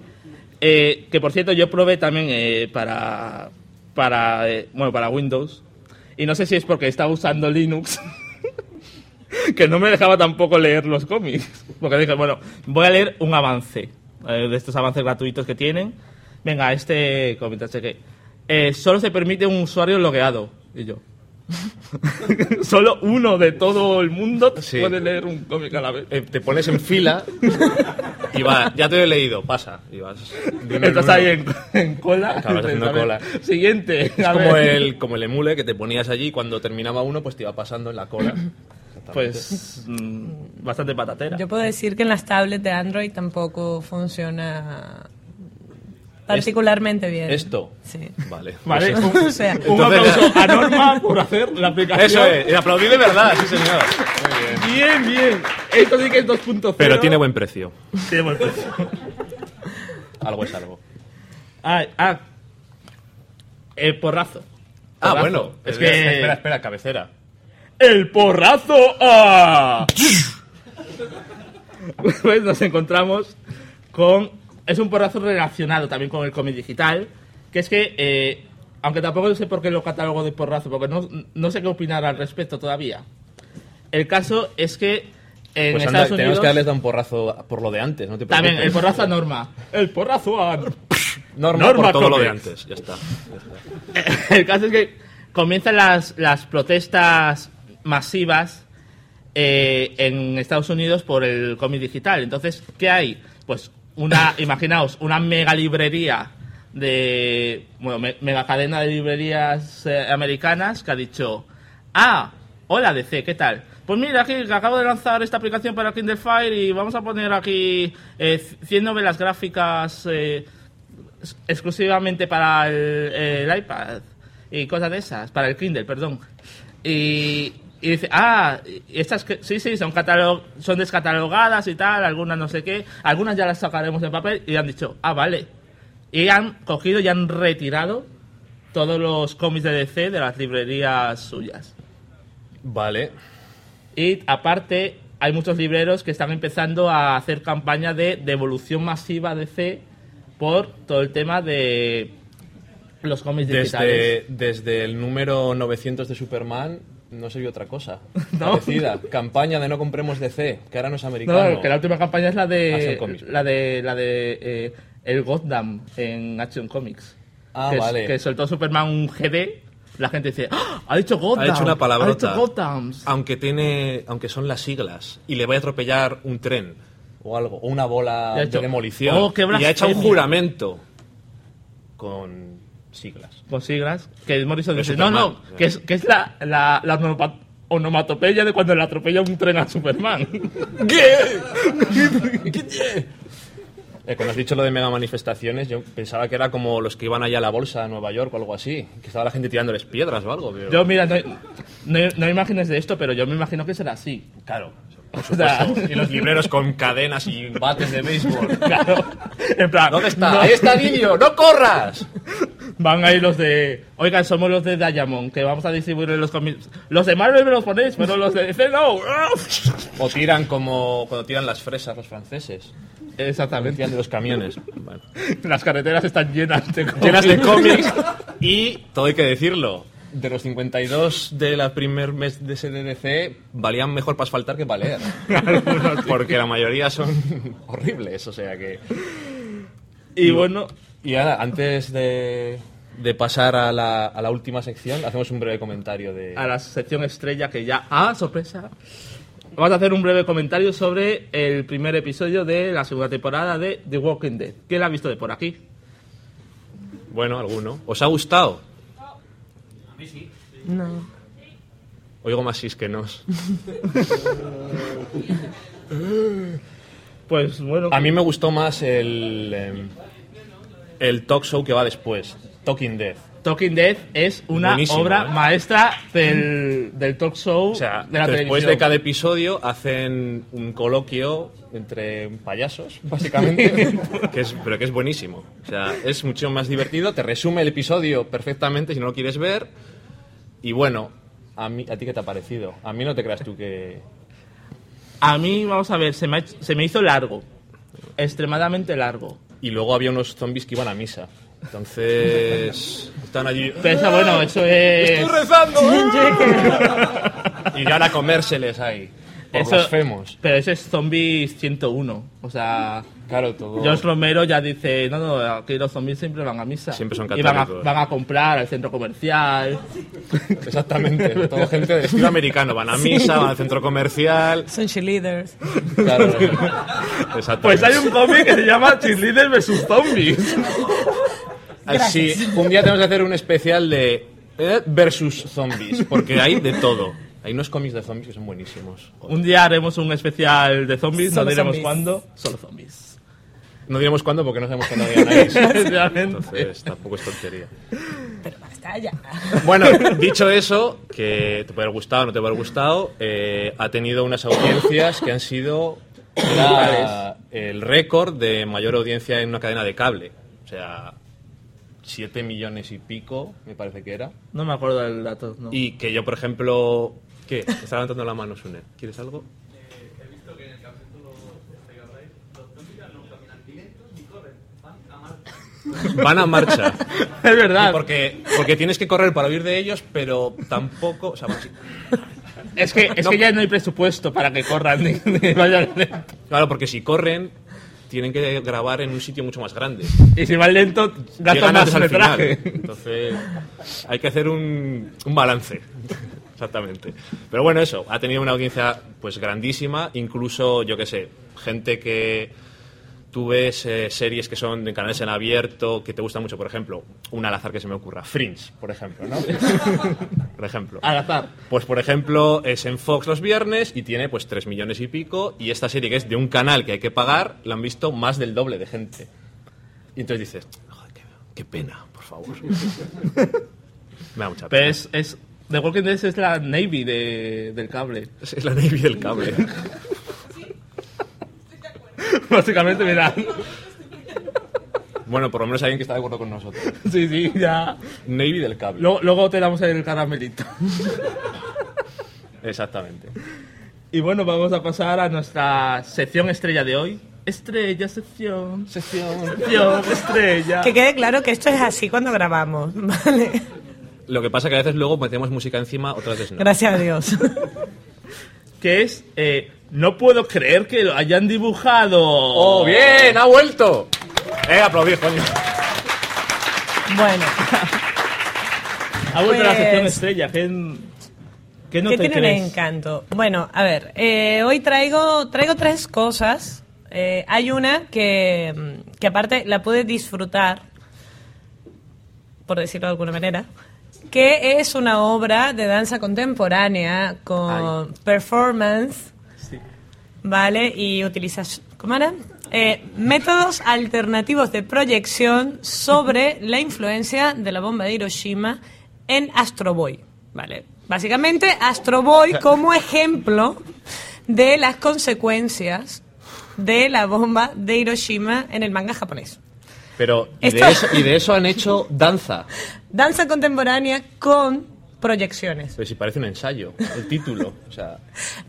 Speaker 4: Eh, que por cierto, yo probé también eh, para, para, eh, bueno, para Windows. Y no sé si es porque estaba usando Linux. que no me dejaba tampoco leer los cómics. Porque dije, bueno, voy a leer un avance. eh, de estos avances gratuitos que tienen. Venga, este comentario cheque. Eh, solo se permite un usuario logueado. Y yo. solo uno de todo el mundo
Speaker 3: Sí.
Speaker 4: puede leer un cómic a la vez.
Speaker 3: Eh, te pones en fila y va, ya te he leído, pasa. Y vas, de uno en
Speaker 4: Estás
Speaker 3: uno.
Speaker 4: ahí en, en cola.
Speaker 3: Acabas haciendo
Speaker 4: A ver,
Speaker 3: cola.
Speaker 4: Siguiente.
Speaker 3: Es
Speaker 4: a
Speaker 3: como
Speaker 4: ver.
Speaker 3: el, como el emule que te ponías allí y cuando terminaba uno, pues te iba pasando en la cola.
Speaker 4: Pues mm, bastante patatera.
Speaker 5: Yo puedo decir que en las tablets de Android tampoco funciona particularmente bien.
Speaker 3: Esto.
Speaker 5: Sí.
Speaker 3: Vale.
Speaker 4: Vale.
Speaker 3: pues
Speaker 4: Un,
Speaker 3: esto.
Speaker 5: sea,
Speaker 4: un
Speaker 3: Entonces-
Speaker 4: aplauso a Norma por hacer la aplicación.
Speaker 3: Eso es, y aplaudí de verdad, sí señor. Muy bien.
Speaker 4: Bien, bien. Esto sí que es 2.0.
Speaker 3: Pero tiene buen precio.
Speaker 4: Tiene buen precio.
Speaker 3: Algo es algo.
Speaker 4: Ah, ah. El porrazo.
Speaker 3: Ah,
Speaker 4: Porrazo.
Speaker 3: bueno.
Speaker 4: Es
Speaker 3: espera,
Speaker 4: que.
Speaker 3: Espera, espera, cabecera.
Speaker 4: ¡El porrazo a! pues nos encontramos con. Es un porrazo relacionado también con el cómic digital. Que es que. eh, aunque tampoco sé por qué lo catalogo de porrazo, porque no, no sé qué opinar al respecto todavía. El caso es que. En
Speaker 3: Pues anda,
Speaker 4: Estados
Speaker 3: tenemos
Speaker 4: Unidos.
Speaker 3: que darles un porrazo por lo de antes, no te preocupes.
Speaker 4: También, el porrazo a Norma. El porrazo a.
Speaker 3: Norma,
Speaker 4: Norma
Speaker 3: por todo lo de
Speaker 4: Comics.
Speaker 3: antes, ya está. ya está.
Speaker 4: el caso es que comienzan las, las protestas masivas eh, en Estados Unidos por el cómic digital. Entonces, ¿qué hay? Pues una, imaginaos, una mega librería de, bueno, me- mega cadena de librerías eh, americanas que ha dicho, ah, hola DC, ¿qué tal? Pues mira, aquí que acabo de lanzar esta aplicación para Kindle Fire y vamos a poner aquí eh, 100 novelas gráficas eh, ex- exclusivamente para el, el iPad y cosas de esas, para el Kindle, perdón. Y, y dice, ah, y estas que, sí, sí, son, catalog, son descatalogadas y tal, algunas no sé qué, algunas ya las sacaremos en papel y han dicho, ah, vale. Y han cogido y han retirado todos los cómics de DC de las librerías suyas.
Speaker 3: Vale.
Speaker 4: Y aparte, hay muchos libreros que están empezando a hacer campaña de devolución masiva de C por todo el tema de los cómics
Speaker 3: este
Speaker 4: digitales.
Speaker 3: Desde, desde el número 900 de Superman no se vio otra cosa.
Speaker 4: No.
Speaker 3: Parecida. Campaña de no compremos DC, que ahora no es americano.
Speaker 4: No, que la última campaña es la
Speaker 3: Action
Speaker 4: de
Speaker 3: Comics.
Speaker 4: la de la de eh, el Gotham en Action Comics.
Speaker 3: Ah,
Speaker 4: que,
Speaker 3: vale.
Speaker 4: que soltó Superman un GD, la gente dice, ¡Ah! ha dicho Gotham.
Speaker 3: Ha hecho una palabrota.
Speaker 4: Ha dicho Gotham.
Speaker 3: Aunque tiene, aunque son las siglas y le va a atropellar un tren o algo o una bola
Speaker 4: Y ha
Speaker 3: de
Speaker 4: hecho,
Speaker 3: demolición
Speaker 4: "Oh, qué
Speaker 3: y ha hecho un
Speaker 4: blasfemia".
Speaker 3: juramento con siglas.
Speaker 4: con siglas, Pues que Morrison
Speaker 3: Pero
Speaker 4: dice, no,
Speaker 3: Superman,
Speaker 4: no,
Speaker 3: o sea.
Speaker 4: que es, que es la, la, la onopa- onomatopeya de cuando le atropella un tren a Superman.
Speaker 3: Eh, cuando has dicho lo de mega manifestaciones, yo pensaba que era como los que iban allá a la bolsa a Nueva York o algo así, que estaba la gente tirándoles piedras o algo. pero-
Speaker 4: Yo, mira, no, no, no hay imágenes de esto, pero yo me imagino que será así.
Speaker 3: Claro. Por
Speaker 4: O sea,
Speaker 3: supuesto. Y los libreros con cadenas y bates de béisbol.
Speaker 4: Claro, en plan,
Speaker 3: ¿Dónde está?
Speaker 4: no,
Speaker 3: Ahí está Livio, no corras.
Speaker 4: van ahí los de. Oigan, somos los de Diamond, que vamos a distribuir los cómics. Los de Marvel me los ponéis, pero los de DC no.
Speaker 3: O tiran como cuando tiran las fresas los franceses.
Speaker 4: Exactamente.
Speaker 3: Tiran de los camiones. Bueno.
Speaker 4: Las carreteras están llenas de cómics.
Speaker 3: Llenas de cómics y, todo hay que decirlo, de los 52 de la primer mes de SDDC valían mejor para asfaltar que para leer. Porque la mayoría son horribles, o sea que...
Speaker 4: Y bueno,
Speaker 3: Y ahora, antes de, de pasar a la, a la última sección, hacemos un breve comentario de...
Speaker 4: a la sección estrella que ya. ¡Ah, sorpresa! Vamos a hacer un breve comentario sobre el primer episodio de la segunda temporada de The Walking Dead. ¿Quién la ha visto de por aquí?
Speaker 3: Bueno, alguno. ¿Os ha gustado?
Speaker 5: No.
Speaker 3: Oigo más sis que nos.
Speaker 4: Pues bueno.
Speaker 3: A mí me gustó más el, em, el talk show que va después, Talking Death.
Speaker 4: Talking Dead es una
Speaker 3: Buenísimo,
Speaker 4: obra
Speaker 3: ¿eh?
Speaker 4: maestra del, del talk show
Speaker 3: O sea,
Speaker 4: de la
Speaker 3: después
Speaker 4: televisión.
Speaker 3: de cada episodio hacen un coloquio entre payasos, básicamente, que es, pero que es buenísimo. O sea, es mucho más divertido, te resume el episodio perfectamente si no lo quieres ver. Y bueno, a, mí, ¿a ti qué te ha parecido? A mí no te creas tú que...
Speaker 4: A mí, vamos a ver, se me, ha hecho- se me hizo largo. extremadamente largo.
Speaker 3: Y luego había unos zombies que iban a misa. Entonces. Estaban allí.
Speaker 4: Pero esa, bueno, eso es...
Speaker 3: ¡Estoy rezando! y ahora comérseles ahí. Por
Speaker 4: Eso-
Speaker 3: blasfemos.
Speaker 4: Pero ese es Zombies 101. O sea,
Speaker 3: Claro, todo.
Speaker 4: George Romero ya dice, no, no, aquí los zombies siempre van a misa.
Speaker 3: Siempre son
Speaker 4: Y van a,
Speaker 3: católicos.
Speaker 4: van a comprar al centro comercial.
Speaker 3: Exactamente. Todo gente de estilo americano. Van a misa, van al centro comercial.
Speaker 5: Son cheerleaders.
Speaker 3: Claro. Exactamente.
Speaker 4: Pues hay un cómic que se llama Cheerleader vs Zombies.
Speaker 3: Así, un día tenemos que hacer un especial de eh, versus zombies, porque hay de todo. Hay unos cómics de zombies que son buenísimos.
Speaker 4: Un día haremos un especial de zombies,
Speaker 5: Solo
Speaker 4: no diremos
Speaker 5: zombies.
Speaker 4: cuándo, solo zombies.
Speaker 3: No diremos cuándo porque no sabemos cuándo había nadie.
Speaker 4: Efectivamente.
Speaker 3: Entonces, tampoco es tontería.
Speaker 5: Pero basta ya.
Speaker 3: Bueno, dicho eso, que te puede haber gustado o no te puede haber gustado, eh, ha tenido unas audiencias que han sido la- el récord de mayor audiencia en una cadena de cable. O sea, 7 millones y pico, me parece que era.
Speaker 4: No me acuerdo del dato, no.
Speaker 3: Y que yo, por ejemplo... ¿Qué? Está levantando la mano, Sune. ¿Quieres algo? Van a marcha.
Speaker 4: Es verdad.
Speaker 3: Sí, porque, porque tienes que correr para huir de ellos, pero tampoco. O sea, bueno, sí.
Speaker 4: Es que, es
Speaker 3: No.
Speaker 4: que ya no hay presupuesto para que corran ni, ni vayan lento.
Speaker 3: claro, porque si corren, tienen que grabar en un sitio mucho más grande.
Speaker 4: Y si van lento, gastan
Speaker 3: Llegan antes
Speaker 4: más
Speaker 3: al final.
Speaker 4: metraje.
Speaker 3: Entonces, hay que hacer un, un balance. Exactamente. Pero bueno, eso, ha tenido una audiencia pues grandísima, incluso, yo qué sé, gente que. Tú ves eh, series que son de canales en abierto, que te gustan mucho, por ejemplo, un al azar que se me ocurra, Fringe, por ejemplo, ¿no? por ejemplo.
Speaker 4: Al azar.
Speaker 3: Pues por ejemplo, es en Fox los viernes y tiene pues 3 millones y pico y esta serie que es de un canal que hay que pagar, la han visto más del doble de gente. Y entonces dices, joder, qué, qué pena, por favor. Me da mucha
Speaker 4: Pero
Speaker 3: pena.
Speaker 4: es, es- The Walking Dead es la Navy de- del cable.
Speaker 3: Es, es la Navy del cable.
Speaker 4: Básicamente, mira.
Speaker 3: Bueno, por lo menos hay alguien que está de acuerdo con nosotros.
Speaker 4: Sí, sí, ya.
Speaker 3: Navy del cable.
Speaker 4: Luego, luego te damos el caramelito.
Speaker 3: Exactamente.
Speaker 4: Y bueno, vamos a pasar a nuestra sección estrella de hoy. Estrella, sección, sección, sección, estrella.
Speaker 5: Que quede claro que esto es así cuando grabamos, ¿vale?
Speaker 3: Lo que pasa que a veces luego metemos música encima, otras veces no.
Speaker 5: Gracias a Dios.
Speaker 4: Que es, eh, no puedo creer que lo hayan dibujado.
Speaker 3: ¡Oh, bien! ¡Ha vuelto! Eh, aplaudir, coño.
Speaker 5: Bueno,
Speaker 4: Ha vuelto la
Speaker 5: Pues-
Speaker 4: sección estrella. ¿Qué, qué no
Speaker 5: ¿qué
Speaker 4: te
Speaker 5: tiene un
Speaker 4: crees?
Speaker 5: encanto? Bueno, a ver, eh, hoy traigo, traigo tres cosas. Eh, hay una que, mm, que aparte la pude disfrutar, por decirlo de alguna manera, que es una obra de danza contemporánea con performance
Speaker 4: Sí.
Speaker 5: Vale, y utilizas, ¿cómo era? Eh, métodos alternativos de proyección sobre la influencia de la bomba de Hiroshima en Astro Boy. Vale, básicamente Astro Boy como ejemplo de las consecuencias de la bomba de Hiroshima en el manga japonés.
Speaker 3: Pero, y de,
Speaker 5: Esto-
Speaker 3: eso, y de eso han hecho danza.
Speaker 5: Danza contemporánea con proyecciones.
Speaker 3: Pero si parece un ensayo, el título. O sea,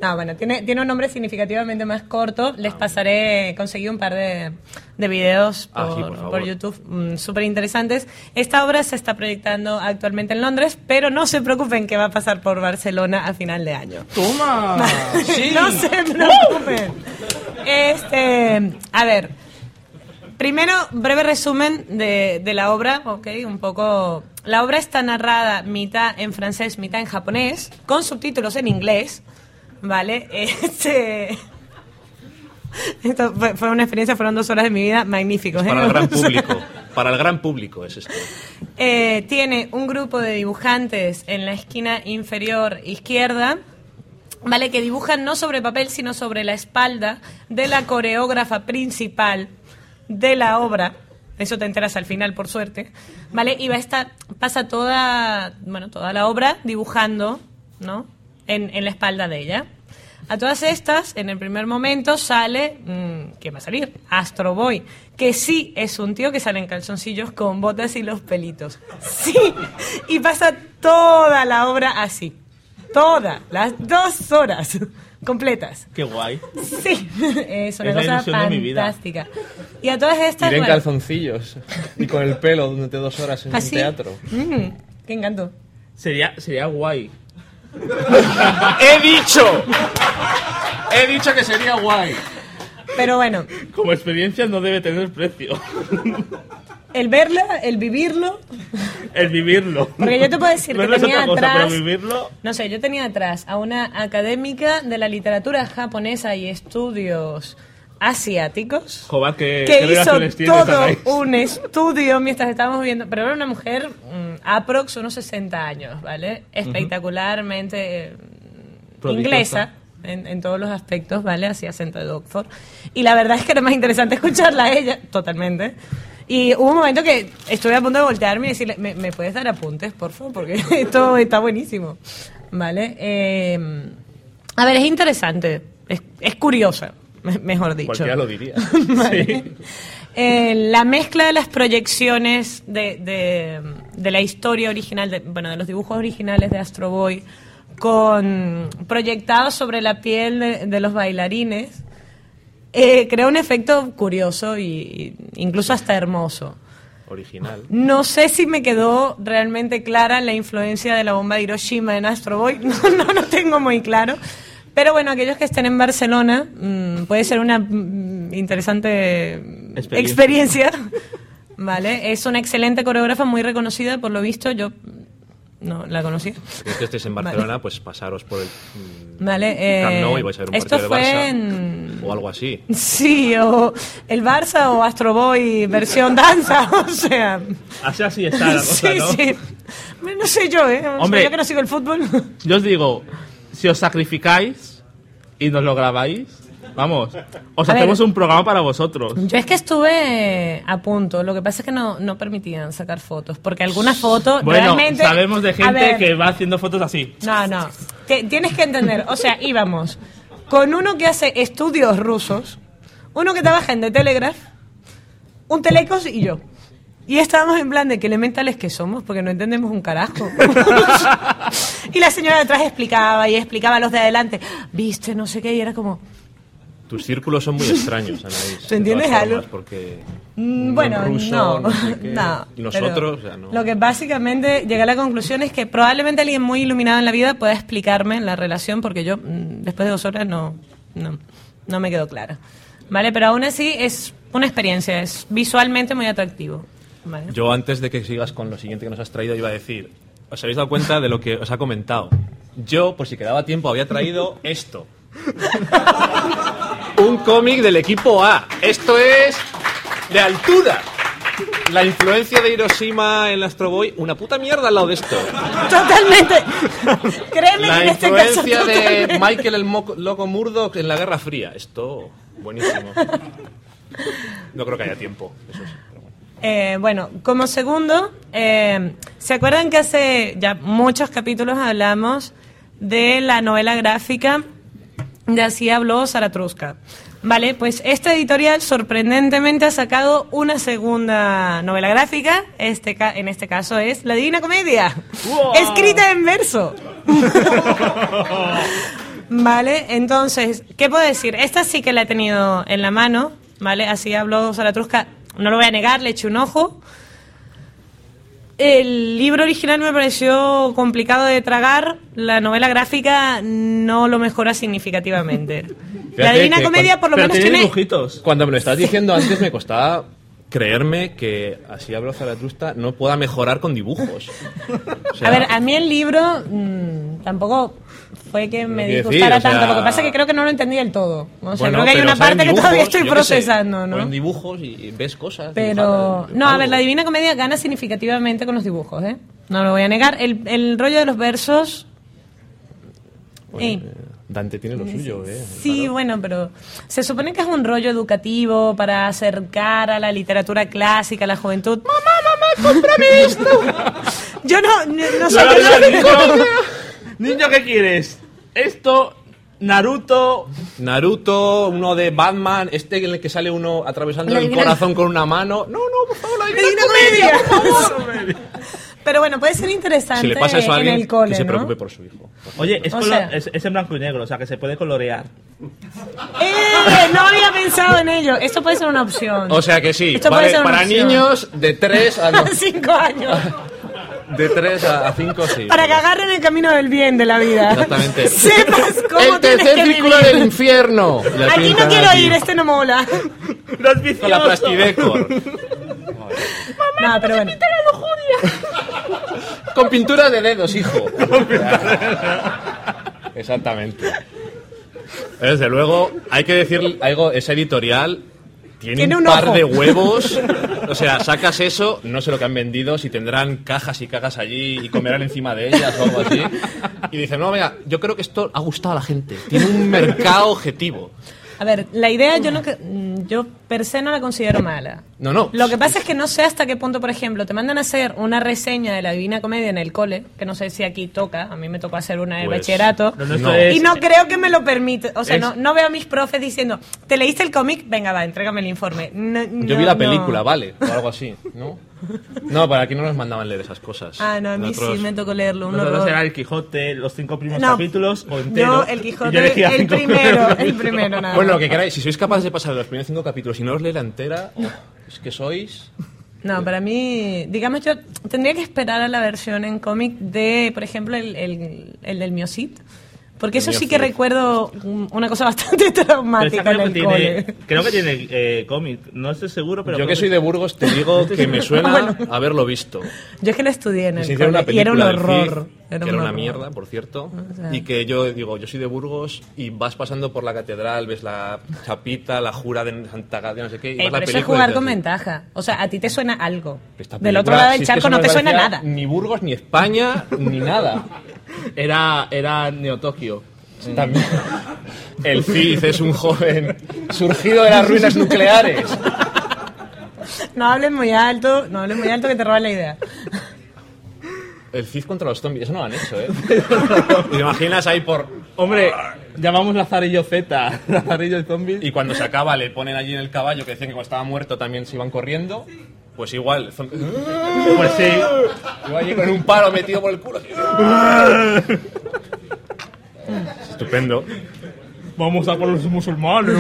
Speaker 5: No, bueno, tiene, tiene un nombre significativamente más corto. Les
Speaker 3: Ah.
Speaker 5: pasaré, conseguí un par de, de videos por,
Speaker 3: Ah, sí, por favor.
Speaker 5: por YouTube mm, súper interesantes. Esta obra se está proyectando actualmente en Londres, pero no se preocupen que va a pasar por Barcelona a final de año.
Speaker 4: ¡Toma!
Speaker 3: Ah,
Speaker 5: no se preocupen. Este, a ver, primero, breve resumen de, de la obra, ok, un poco... La obra está narrada mitad en francés, mitad en japonés, con subtítulos en inglés, ¿vale? Este... Esto fue, fue una experiencia, fueron dos horas de mi vida, magníficos. ¿eh?
Speaker 3: para el gran
Speaker 5: O sea,
Speaker 3: público. Para el gran público es esto.
Speaker 5: eh, tiene un grupo de dibujantes en la esquina inferior izquierda, ¿vale? Que dibujan no sobre papel, sino sobre la espalda de la coreógrafa principal de la obra. Eso te enteras al final, por suerte. ¿Vale? Y va a estar, pasa toda, bueno, toda la obra dibujando, ¿no? En, en la espalda de ella. A todas estas, en el primer momento sale, mm, ¿qué va a salir? Astro Boy, que sí es un tío que sale en calzoncillos con botas y los pelitos. Sí, y pasa toda la obra así. Toda, las dos horas. completas.
Speaker 4: Qué guay.
Speaker 5: Sí, es una
Speaker 4: Es la
Speaker 5: cosa
Speaker 4: ilusión de mi vida.
Speaker 5: fantástica. Y a todas estas...
Speaker 3: Iré en
Speaker 5: bueno,
Speaker 3: calzoncillos y con el pelo durante dos horas en
Speaker 5: así.
Speaker 3: un teatro.
Speaker 5: Mm, qué encanto.
Speaker 4: Sería, sería guay.
Speaker 3: ¡He dicho! ¡He dicho que sería guay!
Speaker 5: Pero bueno,
Speaker 4: Como experiencia no debe tener precio.
Speaker 5: el verla, el vivirlo,
Speaker 4: El vivirlo.
Speaker 5: Porque yo te puedo decir que
Speaker 4: Verlo es
Speaker 5: tenía
Speaker 4: otra cosa,
Speaker 5: atrás-
Speaker 4: Pero vivirlo...
Speaker 5: No sé, yo tenía atrás a una académica de la literatura japonesa y estudios asiáticos
Speaker 4: Joder, que,
Speaker 5: que
Speaker 4: relaciones
Speaker 5: hizo
Speaker 4: tiene esta
Speaker 5: todo
Speaker 4: raíz.
Speaker 5: un estudio mientras estábamos viendo, pero era una mujer mm, aprox unos 60 años, ¿vale? Espectacularmente eh,
Speaker 4: Prodigiosa.
Speaker 5: inglesa. En, en todos los aspectos, ¿vale? Hacía acento de Oxford. Y la verdad es que era más interesante escucharla a ella, totalmente. Y hubo un momento que estuve a punto de voltearme y decirle, ¿me, me puedes dar apuntes, por favor? Porque esto está buenísimo, ¿vale? Eh, a ver, es interesante, es, es curiosa, me- mejor dicho.
Speaker 4: Cualquiera lo diría.
Speaker 5: Vale. Eh, la mezcla de las proyecciones de, de- de la historia original, de, bueno, de los dibujos originales de Astro Boy, con proyectados sobre la piel de, de los bailarines, eh, crea un efecto curioso y- y incluso hasta hermoso.
Speaker 3: Original.
Speaker 5: No sé si me quedó realmente clara la influencia de la bomba de Hiroshima en Astro Boy. No, no lo tengo muy claro. Pero bueno, aquellos que estén en Barcelona, mm, puede ser una mm, interesante mm,
Speaker 4: Experiencia.
Speaker 5: experiencia. ¿Vale? Es una excelente coreógrafa, muy reconocida, por lo visto. Yo mm, no la conocía.
Speaker 3: Si es que estéis en Barcelona, pues pasaros por el mm,
Speaker 5: Vale, eh,
Speaker 3: Camp Nou y vais a ver un
Speaker 5: esto
Speaker 3: partido de
Speaker 5: fue
Speaker 3: Barça
Speaker 5: en-
Speaker 3: o algo así.
Speaker 5: Sí, o el Barça o Astro Boy versión danza. O sea.
Speaker 4: Así así está la cosa,
Speaker 5: sí,
Speaker 4: ¿no?
Speaker 5: sí. No sé yo, ¿eh? O sea,
Speaker 4: Hombre.
Speaker 5: yo que no sigo el fútbol.
Speaker 4: Yo os digo, si os sacrificáis y nos lo grabáis, vamos, os
Speaker 5: A
Speaker 4: hacemos
Speaker 5: ver.
Speaker 4: un programa para vosotros.
Speaker 5: Yo es que estuve a punto. Lo que pasa es que no, no permitían sacar fotos. Porque algunas fotos
Speaker 4: Bueno,
Speaker 5: realmente.
Speaker 4: sabemos de
Speaker 5: a
Speaker 4: gente
Speaker 5: ver,
Speaker 4: que va haciendo fotos así.
Speaker 5: No, no. Te- tienes que entender. O sea, íbamos con uno que hace estudios rusos, uno que trabaja en The Telegraph, un Telecos y yo. Y estábamos en plan de qué elementales que somos, porque no entendemos un carajo. y la señora detrás explicaba y explicaba a los de adelante, viste, no sé qué, y era como,
Speaker 3: Tus círculos son muy extraños, Anaís. de todas
Speaker 5: entiendes
Speaker 3: formas,
Speaker 5: algo?
Speaker 3: Porque
Speaker 5: Mm, Bueno,
Speaker 3: ruso,
Speaker 5: no,
Speaker 3: no sé qué.
Speaker 5: no,
Speaker 3: Y nosotros,
Speaker 5: pero
Speaker 3: o sea, no.
Speaker 5: Lo que básicamente llegué a la conclusión es que probablemente alguien muy iluminado en la vida pueda explicarme la relación, porque yo mm, después de dos horas no, no, no me quedó clara. Vale, pero aún así es una experiencia, es visualmente muy atractivo. ¿vale?
Speaker 3: yo antes de que sigas con lo siguiente que nos has traído iba a decir, os habéis dado cuenta de lo que os ha comentado. Yo, por si quedaba tiempo, había traído esto. Un cómic del equipo A. Esto es de altura. La influencia de Hiroshima en Astro Boy, una puta mierda al lado de esto.
Speaker 5: Totalmente. Créeme que
Speaker 3: La
Speaker 5: en este caso.
Speaker 3: influencia de
Speaker 5: totalmente.
Speaker 3: Michael el Moco- Loco Murdoch en la Guerra Fría. Esto, buenísimo. No creo que haya tiempo. Eso sí, pero bueno.
Speaker 5: Eh, bueno, como segundo, eh, ¿se acuerdan que hace ya muchos capítulos hablamos de la novela gráfica de Así habló Zaratruska? Vale, pues esta editorial sorprendentemente ha sacado una segunda novela gráfica, este ca- en este caso es La Divina Comedia, escrita en verso. Vale, entonces, ¿qué puedo decir? Esta sí que la he tenido en la mano, ¿vale? Así habló Zaratrusca, no lo voy a negar, le eché un ojo. El libro original me pareció complicado de tragar, la novela gráfica no lo mejora significativamente. la
Speaker 3: Fíjate
Speaker 5: Divina
Speaker 3: que
Speaker 5: Comedia
Speaker 3: cuando-
Speaker 5: por lo
Speaker 4: Pero
Speaker 5: menos
Speaker 4: tiene
Speaker 5: tiene...
Speaker 4: dibujitos.
Speaker 3: Cuando me lo estás diciendo antes me costaba creerme que así hablo Zaratrusta no pueda mejorar con dibujos. O sea,
Speaker 5: a ver, a mí el libro mm, tampoco fue que me
Speaker 3: quiero
Speaker 5: disgustara
Speaker 3: decir, o sea-
Speaker 5: tanto, lo que pasa es que creo que no lo entendí del todo.
Speaker 3: bueno,
Speaker 5: O sea, creo que hay
Speaker 3: pero
Speaker 5: una
Speaker 3: salen
Speaker 5: parte que todavía
Speaker 3: dibujos,
Speaker 5: estoy
Speaker 3: yo qué sé,
Speaker 5: procesando, ¿no?
Speaker 3: ponen dibujos y ves cosas.
Speaker 5: Pero,
Speaker 3: dibujadas,
Speaker 5: no, a ver,
Speaker 3: algo.
Speaker 5: la Divina Comedia gana significativamente con los dibujos, ¿eh? No lo voy a negar. El, el rollo de los versos. eh,
Speaker 3: Dante tiene lo suyo, ¿eh?
Speaker 5: sí, bueno, pero se supone que es un rollo educativo para acercar a la literatura clásica, a la juventud. ¡Mamá, mamá, cómprame esto! Yo no, no, no sé qué-
Speaker 4: niño, niño, ¿qué quieres? Esto, Naruto...
Speaker 3: Naruto, uno de Batman, este en el que sale uno atravesando
Speaker 2: La
Speaker 3: el
Speaker 2: Divina-
Speaker 3: corazón con una mano. No, no, por favor, la Divina
Speaker 5: Divina
Speaker 3: Comedia,
Speaker 5: Comedia.
Speaker 3: por favor.
Speaker 5: Pero bueno, puede ser interesante
Speaker 3: Si le pasa eso a
Speaker 5: en
Speaker 3: alguien,
Speaker 5: el cole,
Speaker 3: que se
Speaker 5: ¿no?
Speaker 3: preocupe por su hijo.
Speaker 4: Oye, es,
Speaker 5: O
Speaker 4: colo-
Speaker 5: sea-
Speaker 4: es- es en blanco y negro, o sea que se puede colorear.
Speaker 5: ¡Eh! No había pensado en ello. Esto puede ser una opción.
Speaker 3: O sea que sí,
Speaker 5: Esto puede
Speaker 3: vale,
Speaker 5: ser una
Speaker 3: para
Speaker 5: opción.
Speaker 3: niños de 3 a
Speaker 5: A cinco años.
Speaker 3: de 3 a 5 sí.
Speaker 5: Para que agarren el camino del bien de la vida.
Speaker 3: Exactamente.
Speaker 5: Sepas cómo
Speaker 3: el
Speaker 5: tienes
Speaker 3: tercer
Speaker 5: que
Speaker 3: círculo
Speaker 5: vivir.
Speaker 3: del infierno.
Speaker 5: Aquí no quiero ir, este no mola.
Speaker 4: ¡No es vicioso!
Speaker 3: Con la plastidecor.
Speaker 5: No, pero bueno.
Speaker 3: Con pintura de dedos, hijo. Exactamente. Desde luego, hay que decir algo, esa editorial tiene,
Speaker 5: Tiene un
Speaker 3: par
Speaker 5: ojo.
Speaker 3: de huevos. O sea, sacas eso, no sé lo que han vendido, si tendrán cajas y cajas allí y comerán encima de ellas o algo así. Y dicen, no, mira, yo creo que esto ha gustado a la gente. Tiene un mercado objetivo.
Speaker 5: A ver, la idea yo no que- mm, yo per se no la considero mala.
Speaker 3: No, no.
Speaker 5: Lo que pasa es que no sé hasta qué punto, por ejemplo, te mandan a hacer una reseña de la Divina Comedia en el cole, que no sé si aquí toca, a mí me tocó hacer una de
Speaker 3: Pues,
Speaker 5: bachillerato.
Speaker 4: Lo nuestro
Speaker 3: No.
Speaker 4: es-
Speaker 5: Y no creo que me lo permita. O sea,
Speaker 4: es-
Speaker 5: no, no veo a mis profes diciendo, ¿te leíste el cómic? Venga, va, entrégame el informe. No,
Speaker 3: Yo
Speaker 5: no,
Speaker 3: vi la
Speaker 5: no.
Speaker 3: película, vale, o algo así, ¿no? No, para aquí no nos mandaban leer esas cosas.
Speaker 5: Ah, no, a mí
Speaker 3: Nosotros-
Speaker 5: sí me tocó leerlo. Un
Speaker 4: Nosotros
Speaker 5: horror.
Speaker 4: era el Quijote, los cinco primeros
Speaker 5: No.
Speaker 4: capítulos o entero.
Speaker 5: Yo, el Quijote,
Speaker 4: y yo elegía
Speaker 5: el
Speaker 4: cinco
Speaker 5: primero,
Speaker 4: primeros
Speaker 5: el
Speaker 4: capítulos.
Speaker 5: primero, nada.
Speaker 3: Bueno,
Speaker 5: más.
Speaker 3: lo que queráis, si sois capaces de pasar los primeros cinco capítulos y no os leéis la entera, oh, es que sois.
Speaker 5: No, para mí, digamos, yo tendría que esperar a la versión en cómic de, por ejemplo, el, el, el del Miosit. Porque
Speaker 3: El
Speaker 5: eso sí
Speaker 3: Miocid.
Speaker 5: que recuerdo un- una cosa bastante
Speaker 4: Pero esa
Speaker 5: traumática en
Speaker 4: creo que
Speaker 5: el
Speaker 4: tiene,
Speaker 5: cole.
Speaker 4: creo que tiene eh, cómic, no estoy seguro, pero
Speaker 3: Yo
Speaker 4: creo
Speaker 3: que soy de Burgos te digo que me suena
Speaker 5: Bueno.
Speaker 3: haberlo visto.
Speaker 5: Yo es que lo estudié
Speaker 3: Y
Speaker 5: en el
Speaker 3: se hicieron
Speaker 5: cole
Speaker 3: una
Speaker 5: y era un
Speaker 3: película del
Speaker 5: horror.
Speaker 3: Cid,
Speaker 5: Era
Speaker 3: que
Speaker 5: un
Speaker 3: era una
Speaker 5: horror.
Speaker 3: mierda, por cierto.
Speaker 5: O sea.
Speaker 3: Y que yo digo, yo soy de Burgos y vas pasando por la catedral, ves la chapita, la jura de Santa Gadea, no sé qué. Y vas
Speaker 5: Eh,
Speaker 3: la
Speaker 5: pero eso
Speaker 3: película
Speaker 5: es jugar
Speaker 3: y
Speaker 5: con
Speaker 3: te haces,
Speaker 5: ventaja. O sea, a ti te suena algo.
Speaker 3: "Esta
Speaker 5: Del otro
Speaker 3: película, si
Speaker 5: lado del
Speaker 3: es que
Speaker 5: charco
Speaker 3: eso
Speaker 5: no te
Speaker 3: me
Speaker 5: suena
Speaker 3: parecía
Speaker 5: nada.
Speaker 3: Ni Burgos, ni España, ni nada.
Speaker 4: Era, era Neo Tokio.
Speaker 3: También. El Cid es un joven surgido de las ruinas nucleares.
Speaker 5: No hables muy alto, no hables muy alto que te roban la idea.
Speaker 3: El Cid contra los zombies, eso no lo han hecho, ¿eh? ¿Te imaginas ahí por...
Speaker 4: Hombre, llamamos Lazarillo Z, Lazarillo y Zombie.
Speaker 3: Y cuando se acaba le ponen allí en el caballo, que decían que cuando estaba muerto también se iban corriendo. Pues igual, zom-
Speaker 4: Pues sí,
Speaker 3: iba allí con un palo metido por el culo. así. Estupendo.
Speaker 4: vamos a por los musulmanes.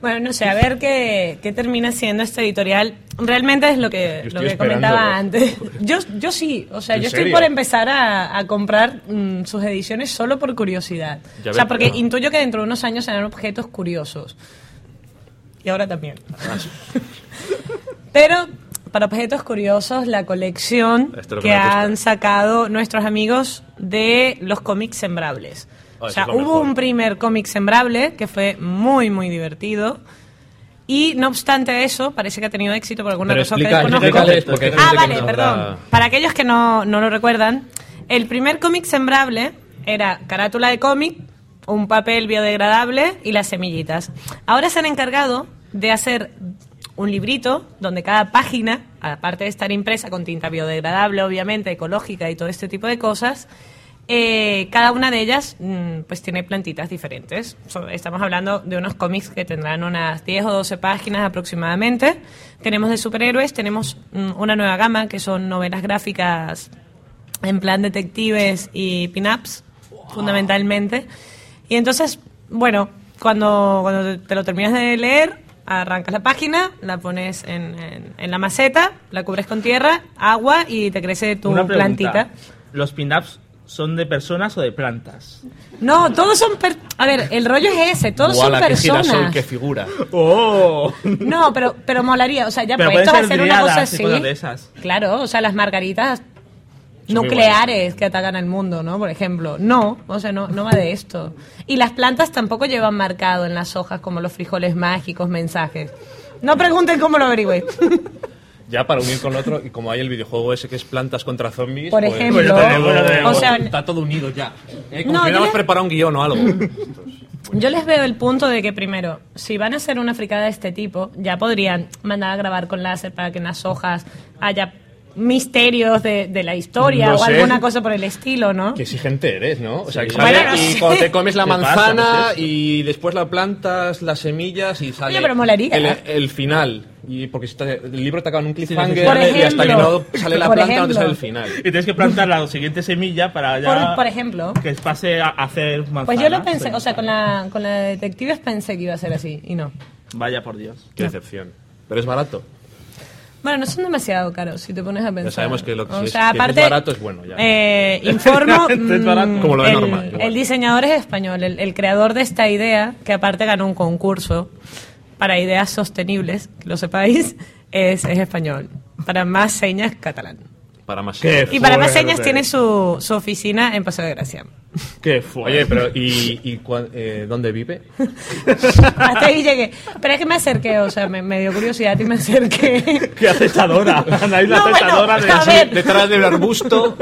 Speaker 5: Bueno, no sé, a ver qué, qué termina siendo este editorial. Realmente es lo que,
Speaker 3: Yo
Speaker 5: lo
Speaker 3: estoy
Speaker 5: que comentaba
Speaker 3: esperándolo.
Speaker 5: antes. Yo, yo sí, o sea,
Speaker 3: ¿En
Speaker 5: yo estoy
Speaker 3: serio?
Speaker 5: por empezar a, a comprar mm, sus ediciones solo por curiosidad.
Speaker 3: Ya
Speaker 5: o sea,
Speaker 3: ves,
Speaker 5: porque
Speaker 3: ah.
Speaker 5: intuyo que dentro de unos años serán objetos curiosos. Y ahora también. Pero para objetos curiosos, la colección
Speaker 3: Esto es lo que
Speaker 5: que,
Speaker 3: me gusta.
Speaker 5: han sacado nuestros amigos de los cómics sembrables.
Speaker 3: Ah,
Speaker 5: o
Speaker 3: eso
Speaker 5: sea,
Speaker 3: es lo
Speaker 5: hubo
Speaker 3: mejor.
Speaker 5: un primer cómic sembrable que fue muy, muy divertido. Y no obstante eso, parece que ha tenido éxito por alguna
Speaker 3: Pero
Speaker 5: razón
Speaker 3: explica-
Speaker 5: que desconozco.
Speaker 3: explícales, porque hay
Speaker 5: ah,
Speaker 3: gente que
Speaker 5: vale,
Speaker 3: no
Speaker 5: perdón.
Speaker 3: habrá-
Speaker 5: Para aquellos que no, no lo recuerdan, el primer cómic sembrable era carátula de cómic, un papel biodegradable y las semillitas. Ahora se han encargado de hacer un librito donde cada página, aparte de estar impresa con tinta biodegradable, obviamente, ecológica y todo este tipo de cosas, eh, cada una de ellas mm, pues tiene plantitas diferentes. So- estamos hablando de unos cómics que tendrán unas 10 o 12 páginas aproximadamente. Tenemos de superhéroes, tenemos mm, una nueva gama que son novelas gráficas en plan detectives y pin-ups, fundamentalmente. Y entonces, bueno, cuando, cuando te lo terminas de leer, arrancas la página, la pones en, en- en la maceta, la cubres con tierra, agua y te crece tu
Speaker 4: Una pregunta,
Speaker 5: plantita.
Speaker 4: ¿Los pin-ups son de personas o de plantas?
Speaker 5: No, todos son... per- a ver, el rollo es ese, todos
Speaker 3: Guala,
Speaker 5: son
Speaker 3: qué girasol,
Speaker 5: personas.
Speaker 3: qué figura.
Speaker 4: ¡Oh!
Speaker 5: No, pero, pero molaría, o sea, ya
Speaker 4: Pero
Speaker 5: puesto
Speaker 4: pueden
Speaker 5: va a
Speaker 4: ser
Speaker 5: ser una cosa
Speaker 4: driadas y
Speaker 5: así.
Speaker 4: cosas de esas.
Speaker 5: Claro, o sea, las margaritas
Speaker 3: Son muy
Speaker 5: nucleares que atacan al mundo, ¿no? Por ejemplo, no, o sea, no, no va de esto. Y las plantas tampoco llevan marcado en las hojas como los frijoles mágicos, mensajes. No pregunten cómo lo averigüé.
Speaker 3: Ya para unir con lo otro, y como hay el videojuego ese que es plantas contra zombies,
Speaker 5: Por
Speaker 3: pues-
Speaker 5: ejemplo,
Speaker 4: Bueno, también, bueno, también.
Speaker 5: o sea,
Speaker 3: está todo unido ya. Eh, como
Speaker 5: No,
Speaker 3: si hubiéramos
Speaker 5: yo-
Speaker 3: preparado un guión o algo.
Speaker 5: Yo les veo el punto de que primero, si van a hacer una fricada de este tipo, ya podrían mandar a grabar con láser para que en las hojas haya misterios de, de la historia
Speaker 3: No
Speaker 5: o
Speaker 3: sé.
Speaker 5: alguna cosa por el estilo, ¿no?
Speaker 3: Qué exigente eres, ¿no? O sea, que
Speaker 4: Sí.
Speaker 3: sale
Speaker 5: Bueno, no
Speaker 3: y
Speaker 5: sé.
Speaker 3: cuando te comes la
Speaker 4: ¿Qué pasa?
Speaker 3: manzana
Speaker 4: ¿Qué es
Speaker 3: y después la plantas, las semillas y sale
Speaker 5: Oye, pero molaría.
Speaker 3: el, el final. Y porque si te- el libro te acaba en un
Speaker 5: sí,
Speaker 3: cliffhanger
Speaker 5: sí. Por
Speaker 3: y hasta que no
Speaker 5: ejemplo.
Speaker 3: sale la
Speaker 5: Por
Speaker 3: planta no te
Speaker 5: ejemplo.
Speaker 3: sale el final.
Speaker 4: Y tienes que plantar la siguiente semilla para ya
Speaker 5: Por, por ejemplo.
Speaker 4: que pase a a hacer manzanas.
Speaker 5: Pues yo lo pensé,
Speaker 4: Sí.
Speaker 5: o sea, con la, con la de detectives pensé que iba a ser así y no.
Speaker 4: Vaya por Dios.
Speaker 3: Qué decepción. Pero es barato.
Speaker 5: Bueno, no son demasiado caros si te pones a pensar.
Speaker 3: sabemos que lo que
Speaker 5: O
Speaker 3: es-
Speaker 5: sea,
Speaker 3: que es
Speaker 5: aparte,
Speaker 3: barato es bueno, ya.
Speaker 5: eh, informo.
Speaker 4: Es barato.
Speaker 5: mm,
Speaker 3: Como lo de
Speaker 5: el,
Speaker 3: Norma, igual.
Speaker 5: el diseñador es español, el, el creador de esta idea, que aparte ganó un concurso para ideas sostenibles, que lo sepáis, es, es español. Para más señas, catalán.
Speaker 3: Para más.
Speaker 4: Qué
Speaker 5: Y para más
Speaker 4: Fuerte.
Speaker 5: señas tiene su, su oficina en Paseo de Gracia.
Speaker 4: Qué fuerte.
Speaker 3: Oye, pero ¿y, y cuán- eh, dónde vive?
Speaker 5: Hasta ahí llegué. Pero es que me acerqué, o sea, me, me dio curiosidad y me acerqué.
Speaker 4: Qué acechadora. Ana es la
Speaker 5: No, bueno,
Speaker 4: acechadora
Speaker 5: a
Speaker 4: de,
Speaker 5: ver.
Speaker 3: Detrás del arbusto.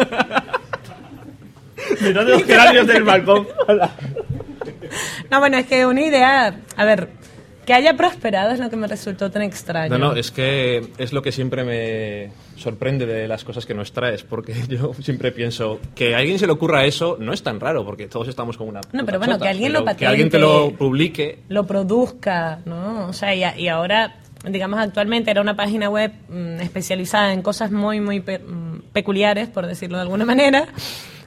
Speaker 4: mirando los geranios del balcón.
Speaker 5: No, bueno, es que una idea, a ver, que haya prosperado es lo que me resultó tan extraño.
Speaker 3: No, no, es que es lo que siempre me sorprende de las cosas que nos traes, porque yo siempre pienso que a alguien se le ocurra eso no es tan raro, porque todos estamos con una. puta
Speaker 5: pero bueno,
Speaker 3: chota,
Speaker 5: que alguien
Speaker 3: pero
Speaker 5: lo
Speaker 3: Que alguien te lo
Speaker 5: patente.
Speaker 3: publique.
Speaker 5: Lo produzca, ¿no? O sea, y, a- y ahora, digamos, actualmente era una página web mm, especializada en cosas muy, muy pe- mm, peculiares, por decirlo de alguna manera,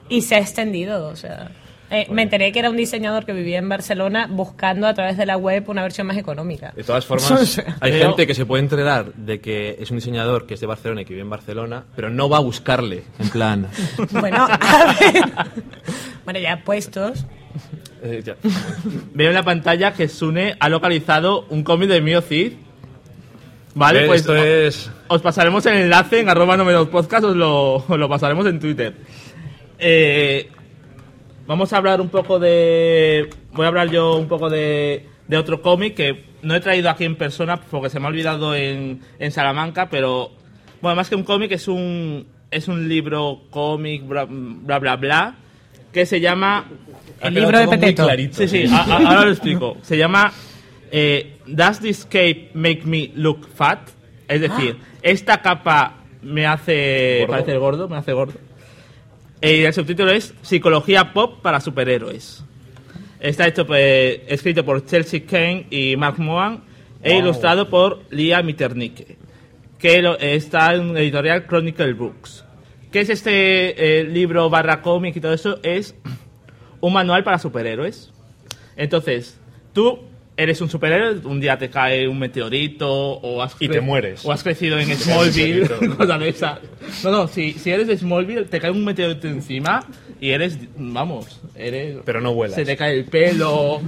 Speaker 5: y se ha extendido, o sea. eh, me enteré que era un diseñador que vivía en Barcelona buscando a través de la web una versión más económica.
Speaker 3: De todas formas, hay
Speaker 4: Pero-
Speaker 3: gente que se puede enterar de que es un diseñador que es de Barcelona y que vive en Barcelona, pero no va a buscarle, en plan.
Speaker 5: Bueno, a ver. Bueno, ya puestos.
Speaker 3: eh, ya.
Speaker 4: Veo en la pantalla que Sune ha localizado un cómic de Mio Cid. Vale,
Speaker 3: Eh,
Speaker 4: pues
Speaker 3: Esto es.
Speaker 4: os pasaremos el enlace en arroba no me dos podcast, os lo, os lo pasaremos en Twitter. Eh, vamos a hablar un poco de... Voy a hablar yo un poco de, de otro cómic que no he traído aquí en persona porque se me ha olvidado en, en Salamanca, pero... Bueno, más que un cómic, es un, es un libro cómic, bla, bla, bla, bla, que se llama...
Speaker 3: Ha quedado
Speaker 5: El libro de
Speaker 3: todo muy
Speaker 5: Peteto.
Speaker 3: clarito.
Speaker 4: Sí, sí, a- a- ahora lo explico. Se llama eh, Does this cape make me look fat? Es decir, esta capa me hace
Speaker 3: Ah. Gordo.
Speaker 4: parecer gordo, me hace gordo. Eh, Y el subtítulo es Psicología Pop para Superhéroes. Está hecho, pues, escrito por Chelsea Kane y Mark Mohan e ilustrado por Lia Mitternicke, que lo- está en editorial Chronicle Books. ¿Qué es este eh, libro barra cómic y todo eso? Es un manual para superhéroes. Entonces, tú eres un superhéroe, un día te cae un meteorito o has
Speaker 3: Y
Speaker 4: cre-
Speaker 3: te mueres.
Speaker 4: O has crecido en Smallville,
Speaker 3: meteorito.
Speaker 4: cosas de esas. No, no, si, si eres de Smallville, te cae un meteorito encima y eres, vamos, eres...
Speaker 3: Pero no vuelas.
Speaker 4: Se te cae el pelo.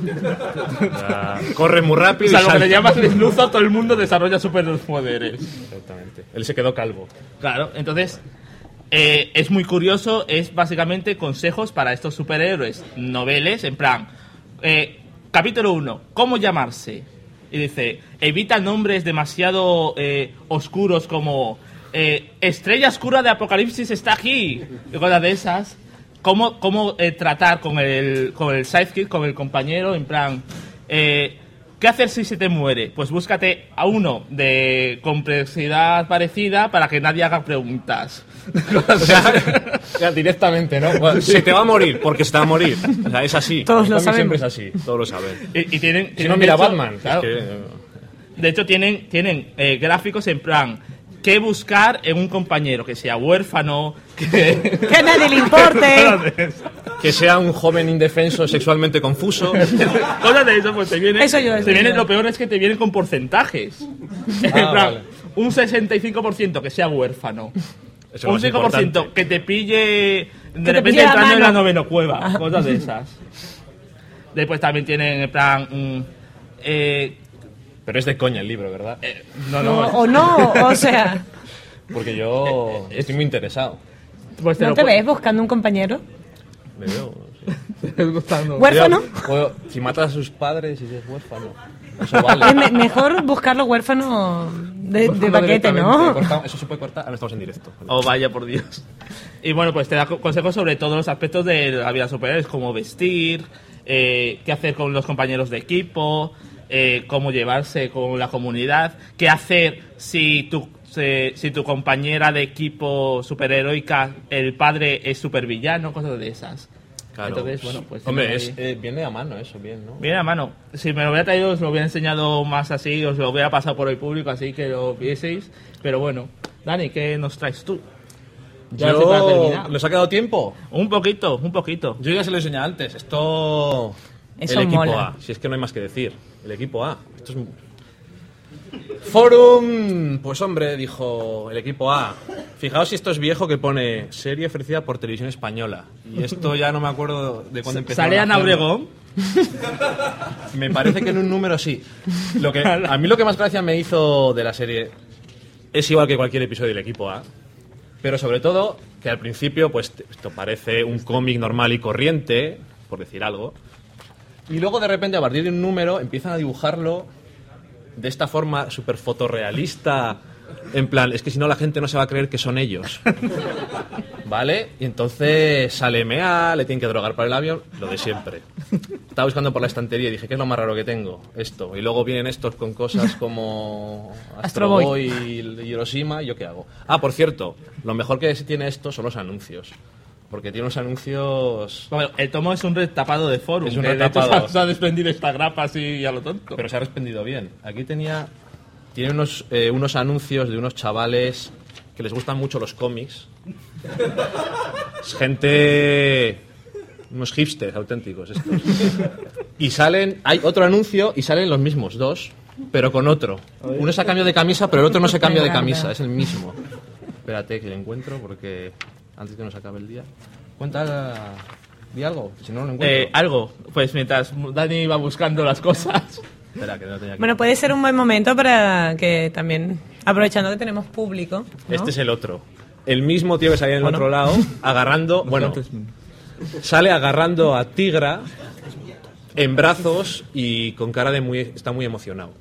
Speaker 3: Ah, Corre muy rápido. y
Speaker 4: Salvo que
Speaker 3: salta.
Speaker 4: le llamas desnudo, todo el mundo desarrolla superpoderes.
Speaker 3: Exactamente. Él se quedó calvo.
Speaker 4: Claro, entonces eh, es muy curioso, es básicamente consejos para estos superhéroes, noveles, en plan, eh, capítulo 1, ¿cómo llamarse? Y dice, evita nombres demasiado eh, oscuros como eh, Estrella Oscura de Apocalipsis está aquí, y cosas de esas. ¿Cómo, cómo eh, tratar con el, con el sidekick, con el compañero, en plan... eh, ¿Qué hacer si se te muere? Pues búscate a uno de complejidad parecida para que nadie haga preguntas.
Speaker 3: O sea, ya directamente, ¿no? Bueno, se te va a morir porque se te va a morir. O sea, es así.
Speaker 5: Todos
Speaker 3: El
Speaker 5: lo
Speaker 3: cómic Siempre
Speaker 5: sabemos.
Speaker 3: es así, todos lo saben.
Speaker 4: Y, y tienen,
Speaker 3: Si no,
Speaker 4: tienen,
Speaker 3: mira
Speaker 4: de hecho-
Speaker 3: Batman.
Speaker 4: claro,
Speaker 3: Es que, eh,
Speaker 4: De hecho, tienen, tienen eh, gráficos en plan qué buscar en un compañero que sea huérfano, que...
Speaker 5: Que a nadie le importe.
Speaker 3: que sea un joven indefenso sexualmente confuso.
Speaker 4: Cosas de eso, pues te vienen.
Speaker 5: Eso yo, eso
Speaker 4: te vienen-
Speaker 5: yo.
Speaker 4: Lo peor es que te vienen con porcentajes. en plan,
Speaker 3: Ah, vale.
Speaker 4: un 65% que sea huérfano.
Speaker 3: Eso
Speaker 4: un
Speaker 3: es lo más
Speaker 4: 5%
Speaker 3: importante.
Speaker 4: que te pille de
Speaker 5: te
Speaker 4: repente
Speaker 5: pille la
Speaker 4: entrando en la
Speaker 5: mano. Ah.
Speaker 4: noveno cueva. Cosas de esas. Después también tienen en plan. mm, eh,
Speaker 3: Pero es de coña el libro, ¿verdad?
Speaker 4: eh, no,
Speaker 5: No,
Speaker 4: no.
Speaker 5: o no, o sea,
Speaker 3: Porque yo estoy muy interesado.
Speaker 4: pues
Speaker 5: ¿no
Speaker 4: lo
Speaker 5: te
Speaker 4: pu-
Speaker 5: ves buscando un compañero?
Speaker 3: Me veo.
Speaker 5: ¿Huérfano?
Speaker 3: Puedo- si matas a sus padres y es huérfano. Eso vale.
Speaker 5: Es me- mejor buscarlo huérfano de, de
Speaker 3: Huérfano
Speaker 5: paquete,
Speaker 3: directamente,
Speaker 5: ¿no?
Speaker 3: cortado. Eso se puede cortar. Ahora estamos en directo.
Speaker 4: Oh, vaya por Dios. Y bueno, pues te da co- consejos sobre todos los aspectos de la vida superhéroes, cómo vestir, eh, qué hacer con los compañeros de equipo, eh, cómo llevarse con la comunidad, qué hacer si tu, se- si tu compañera de equipo superheroica, el padre es supervillano, cosas de esas.
Speaker 3: Claro.
Speaker 4: Entonces, bueno, pues.
Speaker 3: Hombre,
Speaker 4: tienen
Speaker 3: es,
Speaker 4: ahí-
Speaker 3: eh, viene a mano eso, bien, ¿no?
Speaker 4: Bien a mano. Si me lo hubiera traído, os lo hubiera enseñado más así, os lo hubiera pasado por el público, así que lo vieseis. Pero bueno, Dani, ¿qué nos traes tú? Ya sí, para
Speaker 3: Yo...
Speaker 4: terminar.
Speaker 3: ¿Nos ha quedado tiempo?
Speaker 4: Un poquito, un poquito.
Speaker 3: Yo ya se lo enseñé antes. Esto.
Speaker 5: Eso
Speaker 3: el equipo
Speaker 5: mola.
Speaker 3: A. Si es que no hay más que decir. El equipo A. Esto es. un- Forum. Pues hombre, dijo el equipo A. Fijaos si esto es viejo que pone serie ofrecida por televisión española. Y esto ya no me acuerdo de cuándo empezó.
Speaker 4: Sale Ana Obregón.
Speaker 3: Me parece que en un número sí. Lo que, a mí lo que más gracia me hizo de la serie es igual que cualquier episodio del equipo A. Pero sobre todo que al principio pues te- esto parece un cómic normal y corriente, por decir algo. Y luego de repente a partir de un número empiezan a dibujarlo de esta forma súper fotorrealista. En plan, es que si no la gente no se va a creer que son ellos. ¿Vale? Y entonces sale MEA, le tienen que drogar para el avión, lo de siempre. Estaba buscando por la estantería y dije, ¿qué es lo más raro que tengo? Esto. Y luego vienen estos con cosas como
Speaker 5: Astro
Speaker 3: Astroboy
Speaker 5: Boy.
Speaker 3: y Hiroshima, ¿y yo qué hago? Ah, por cierto, lo mejor que tiene esto son los anuncios. Porque tiene unos anuncios...
Speaker 4: Bueno, el tomo es un retapado de forum.
Speaker 3: Es un
Speaker 4: que de hecho
Speaker 3: retapado.
Speaker 4: Se ha desprendido esta grapa así a lo tonto.
Speaker 3: Pero se ha respondido bien. Aquí tenía. Tiene unos, eh, unos anuncios de unos chavales que les gustan mucho los cómics. Es gente. Unos hipsters auténticos estos. Y salen. Hay otro anuncio y salen los mismos, dos, pero con otro. Uno se ha cambiado de camisa, pero el otro no se cambia de camisa, es el mismo. Espérate que lo encuentro porque antes que nos acabe el día. Cuenta. Di algo, si no no lo encuentro.
Speaker 4: Eh, algo, pues mientras Dani va buscando las cosas.
Speaker 3: Espera, que no lo tenía aquí.
Speaker 5: Bueno, puede ser un buen momento para que también, aprovechando que tenemos público, ¿no?
Speaker 3: Este es el otro. El mismo tío que salía en el
Speaker 4: Bueno.
Speaker 3: otro lado, agarrando. Bueno, sale agarrando a Tigra en brazos y con cara de muy. Está muy emocionado.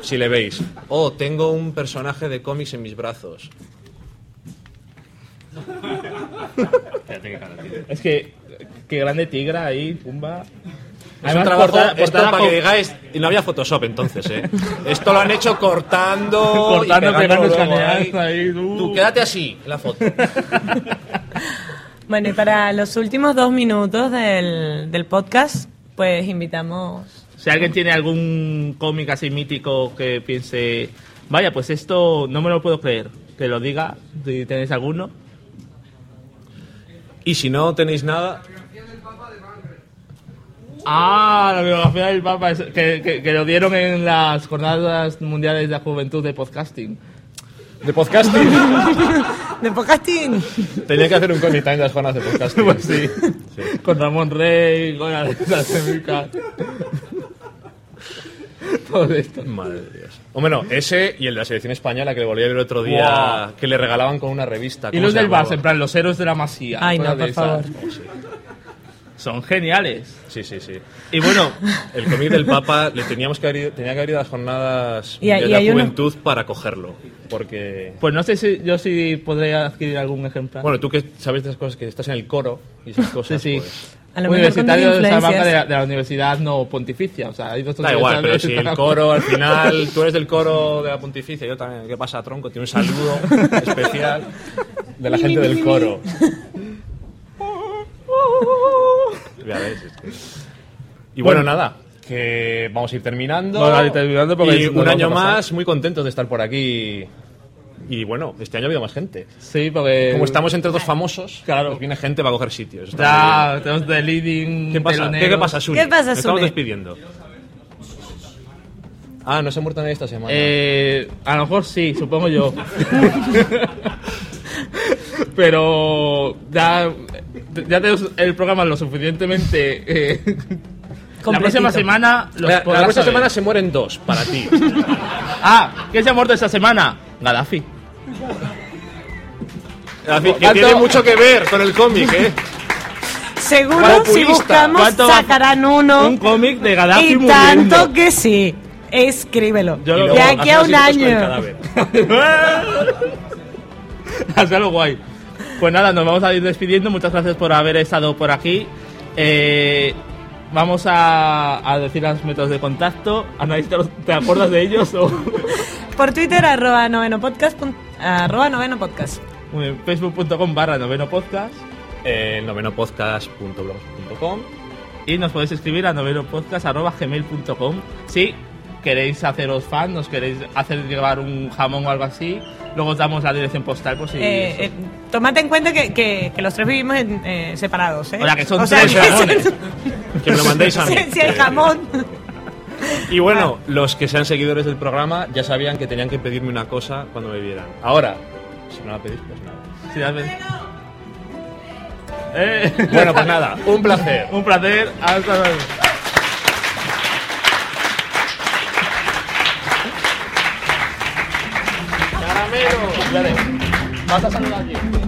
Speaker 3: Si le veis. Oh, tengo un personaje de cómics en mis brazos. Espérate, qué cara tiene.
Speaker 4: Es que, qué grande tigra ahí, pumba.
Speaker 3: Es un trabajo, esto para que digáis, y no había Photoshop entonces, ¿eh? Esto lo han hecho cortando,
Speaker 4: Cortando,
Speaker 3: y
Speaker 4: pegando,
Speaker 3: luego
Speaker 4: escaneando ahí, uh.
Speaker 3: Tú quédate así, en la foto.
Speaker 5: Bueno, y para los últimos dos minutos del, del podcast, pues invitamos.
Speaker 4: Si alguien tiene algún cómic así mítico que piense, vaya, pues esto no me lo puedo creer, que lo diga, si tenéis alguno.
Speaker 3: Y si no tenéis nada,
Speaker 4: Ah, la biografía del Papa, es- que, que- que lo dieron en las jornadas mundiales de la juventud de podcasting.
Speaker 3: de podcasting.
Speaker 5: ¡De podcasting!
Speaker 3: Tenía que hacer un cómic también de las jornadas de podcasting.
Speaker 4: Pues sí. Con Ramón Rey, con Alexander Semica. Todo esto.
Speaker 3: Madre de Dios. O bueno, ese y el de la selección española que le volví a ver otro día, que le regalaban con una revista.
Speaker 4: Y
Speaker 3: ¿cómo
Speaker 4: los
Speaker 3: se
Speaker 4: del
Speaker 3: llamaba? Oh,
Speaker 4: Barça, en plan, los héroes de la masía.
Speaker 5: Ay, no,
Speaker 4: cosas de
Speaker 5: por
Speaker 4: esas.
Speaker 5: favor.
Speaker 4: Son geniales.
Speaker 3: Sí, sí, sí.
Speaker 4: Y bueno,
Speaker 3: El cómic del Papa le teníamos que haber ido, tenía que haber ido a las jornadas
Speaker 5: Y hay-
Speaker 3: de
Speaker 5: y
Speaker 3: la
Speaker 5: hay uno-
Speaker 3: juventud para cogerlo. Porque.
Speaker 4: pues no sé si yo sí podría adquirir algún ejemplar.
Speaker 3: Bueno, tú que sabes de esas cosas, que estás en el coro y esas
Speaker 4: sí,
Speaker 3: cosas.
Speaker 4: sí.
Speaker 3: pues,
Speaker 5: A lo mejor con
Speaker 4: Universitario
Speaker 5: mis
Speaker 4: de Salamanca
Speaker 5: influencias.
Speaker 4: de la, de la Universidad no pontificia. O sea, hay dos
Speaker 3: Da igual, pero
Speaker 4: universidades
Speaker 3: si
Speaker 4: de
Speaker 3: el
Speaker 4: Salamanca.
Speaker 3: coro al final, tú eres del coro de la Pontificia, yo también, ¿qué pasa, tronco? Tiene un saludo especial de la gente del coro. Ya ves, es que- Y bueno,
Speaker 4: Bueno.
Speaker 3: nada, que vamos a ir terminando.
Speaker 4: Vamos a ir terminando porque
Speaker 3: y
Speaker 4: nos
Speaker 3: un
Speaker 4: vamos a
Speaker 3: año
Speaker 4: pasar.
Speaker 3: más, muy contentos de estar por aquí. Y bueno, este año ha habido más gente.
Speaker 4: Sí, porque.
Speaker 3: Como estamos entre dos famosos,
Speaker 4: Eh, Claro.
Speaker 3: pues viene gente va a coger sitios. Está muy bien.
Speaker 4: Ya, tenemos The Leading.
Speaker 3: ¿Qué pasa? ¿Qué,
Speaker 4: teloneros.
Speaker 3: qué pasa, Sune?
Speaker 5: ¿Qué pasa,
Speaker 3: Nos Estamos
Speaker 5: Sune?
Speaker 3: despidiendo. Ah, no se ha muerto nadie esta semana.
Speaker 4: Eh, a lo mejor sí, supongo yo. Pero ya, ya tenemos el programa lo suficientemente. eh, la próxima
Speaker 5: Completito.
Speaker 4: semana. los
Speaker 3: la, la
Speaker 4: podrás
Speaker 3: próxima
Speaker 4: saber.
Speaker 3: semana se mueren dos para ti.
Speaker 4: Ah, ¿quién se ha muerto esta semana? Gaddafi.
Speaker 3: Así que
Speaker 4: ¿Cuánto?
Speaker 3: tiene mucho que ver con el cómic, ¿eh?
Speaker 5: Seguro si
Speaker 4: Populista.
Speaker 5: buscamos
Speaker 4: ¿Cuánto va-
Speaker 5: sacarán uno.
Speaker 4: Un cómic de Gaddafi
Speaker 5: y
Speaker 4: muriendo.
Speaker 5: tanto que sí. Escríbelo.
Speaker 4: Yo
Speaker 3: Y
Speaker 4: lo-
Speaker 3: luego
Speaker 5: de aquí
Speaker 3: hacen
Speaker 5: a
Speaker 3: así
Speaker 5: un
Speaker 3: todos con el
Speaker 5: año.
Speaker 3: cadáver.
Speaker 4: Hasta lo guay. Pues nada, nos vamos a ir despidiendo. Muchas gracias por haber estado por aquí. Eh, vamos a, a decir los métodos de contacto. Anaís, ¿te, los- te acuerdas de ellos? O-
Speaker 5: Por Twitter, arroba noveno podcast. pun- Arroba noveno podcast.
Speaker 4: eh, Muy bien, Facebook.com barra noveno podcast.
Speaker 3: eh, novenopodcast.blogspot.com.
Speaker 4: Y nos podéis escribir a noveropodcast.gmail.com si queréis haceros fan, nos queréis hacer llevar un jamón o algo así. Luego os damos la dirección postal por si...
Speaker 5: Eh,
Speaker 4: eso.
Speaker 5: eh, tomate en cuenta que, que- que los tres vivimos en, eh, separados, ¿eh?
Speaker 4: Ahora que son
Speaker 5: O sea,
Speaker 4: tres
Speaker 5: que-
Speaker 4: jamones.
Speaker 3: Que me lo mandéis a mí. Eh,
Speaker 5: si, si el jamón...
Speaker 3: Y bueno,
Speaker 4: Ah.
Speaker 3: los que sean seguidores del programa ya sabían que tenían que pedirme una cosa cuando me vieran. Ahora, si no la pedís, pues nada.
Speaker 4: Si las ve- Eh,
Speaker 3: Bueno, pues nada, un placer.
Speaker 4: un placer. Hasta luego. Caramelo. Espérate, Vas a saludar aquí.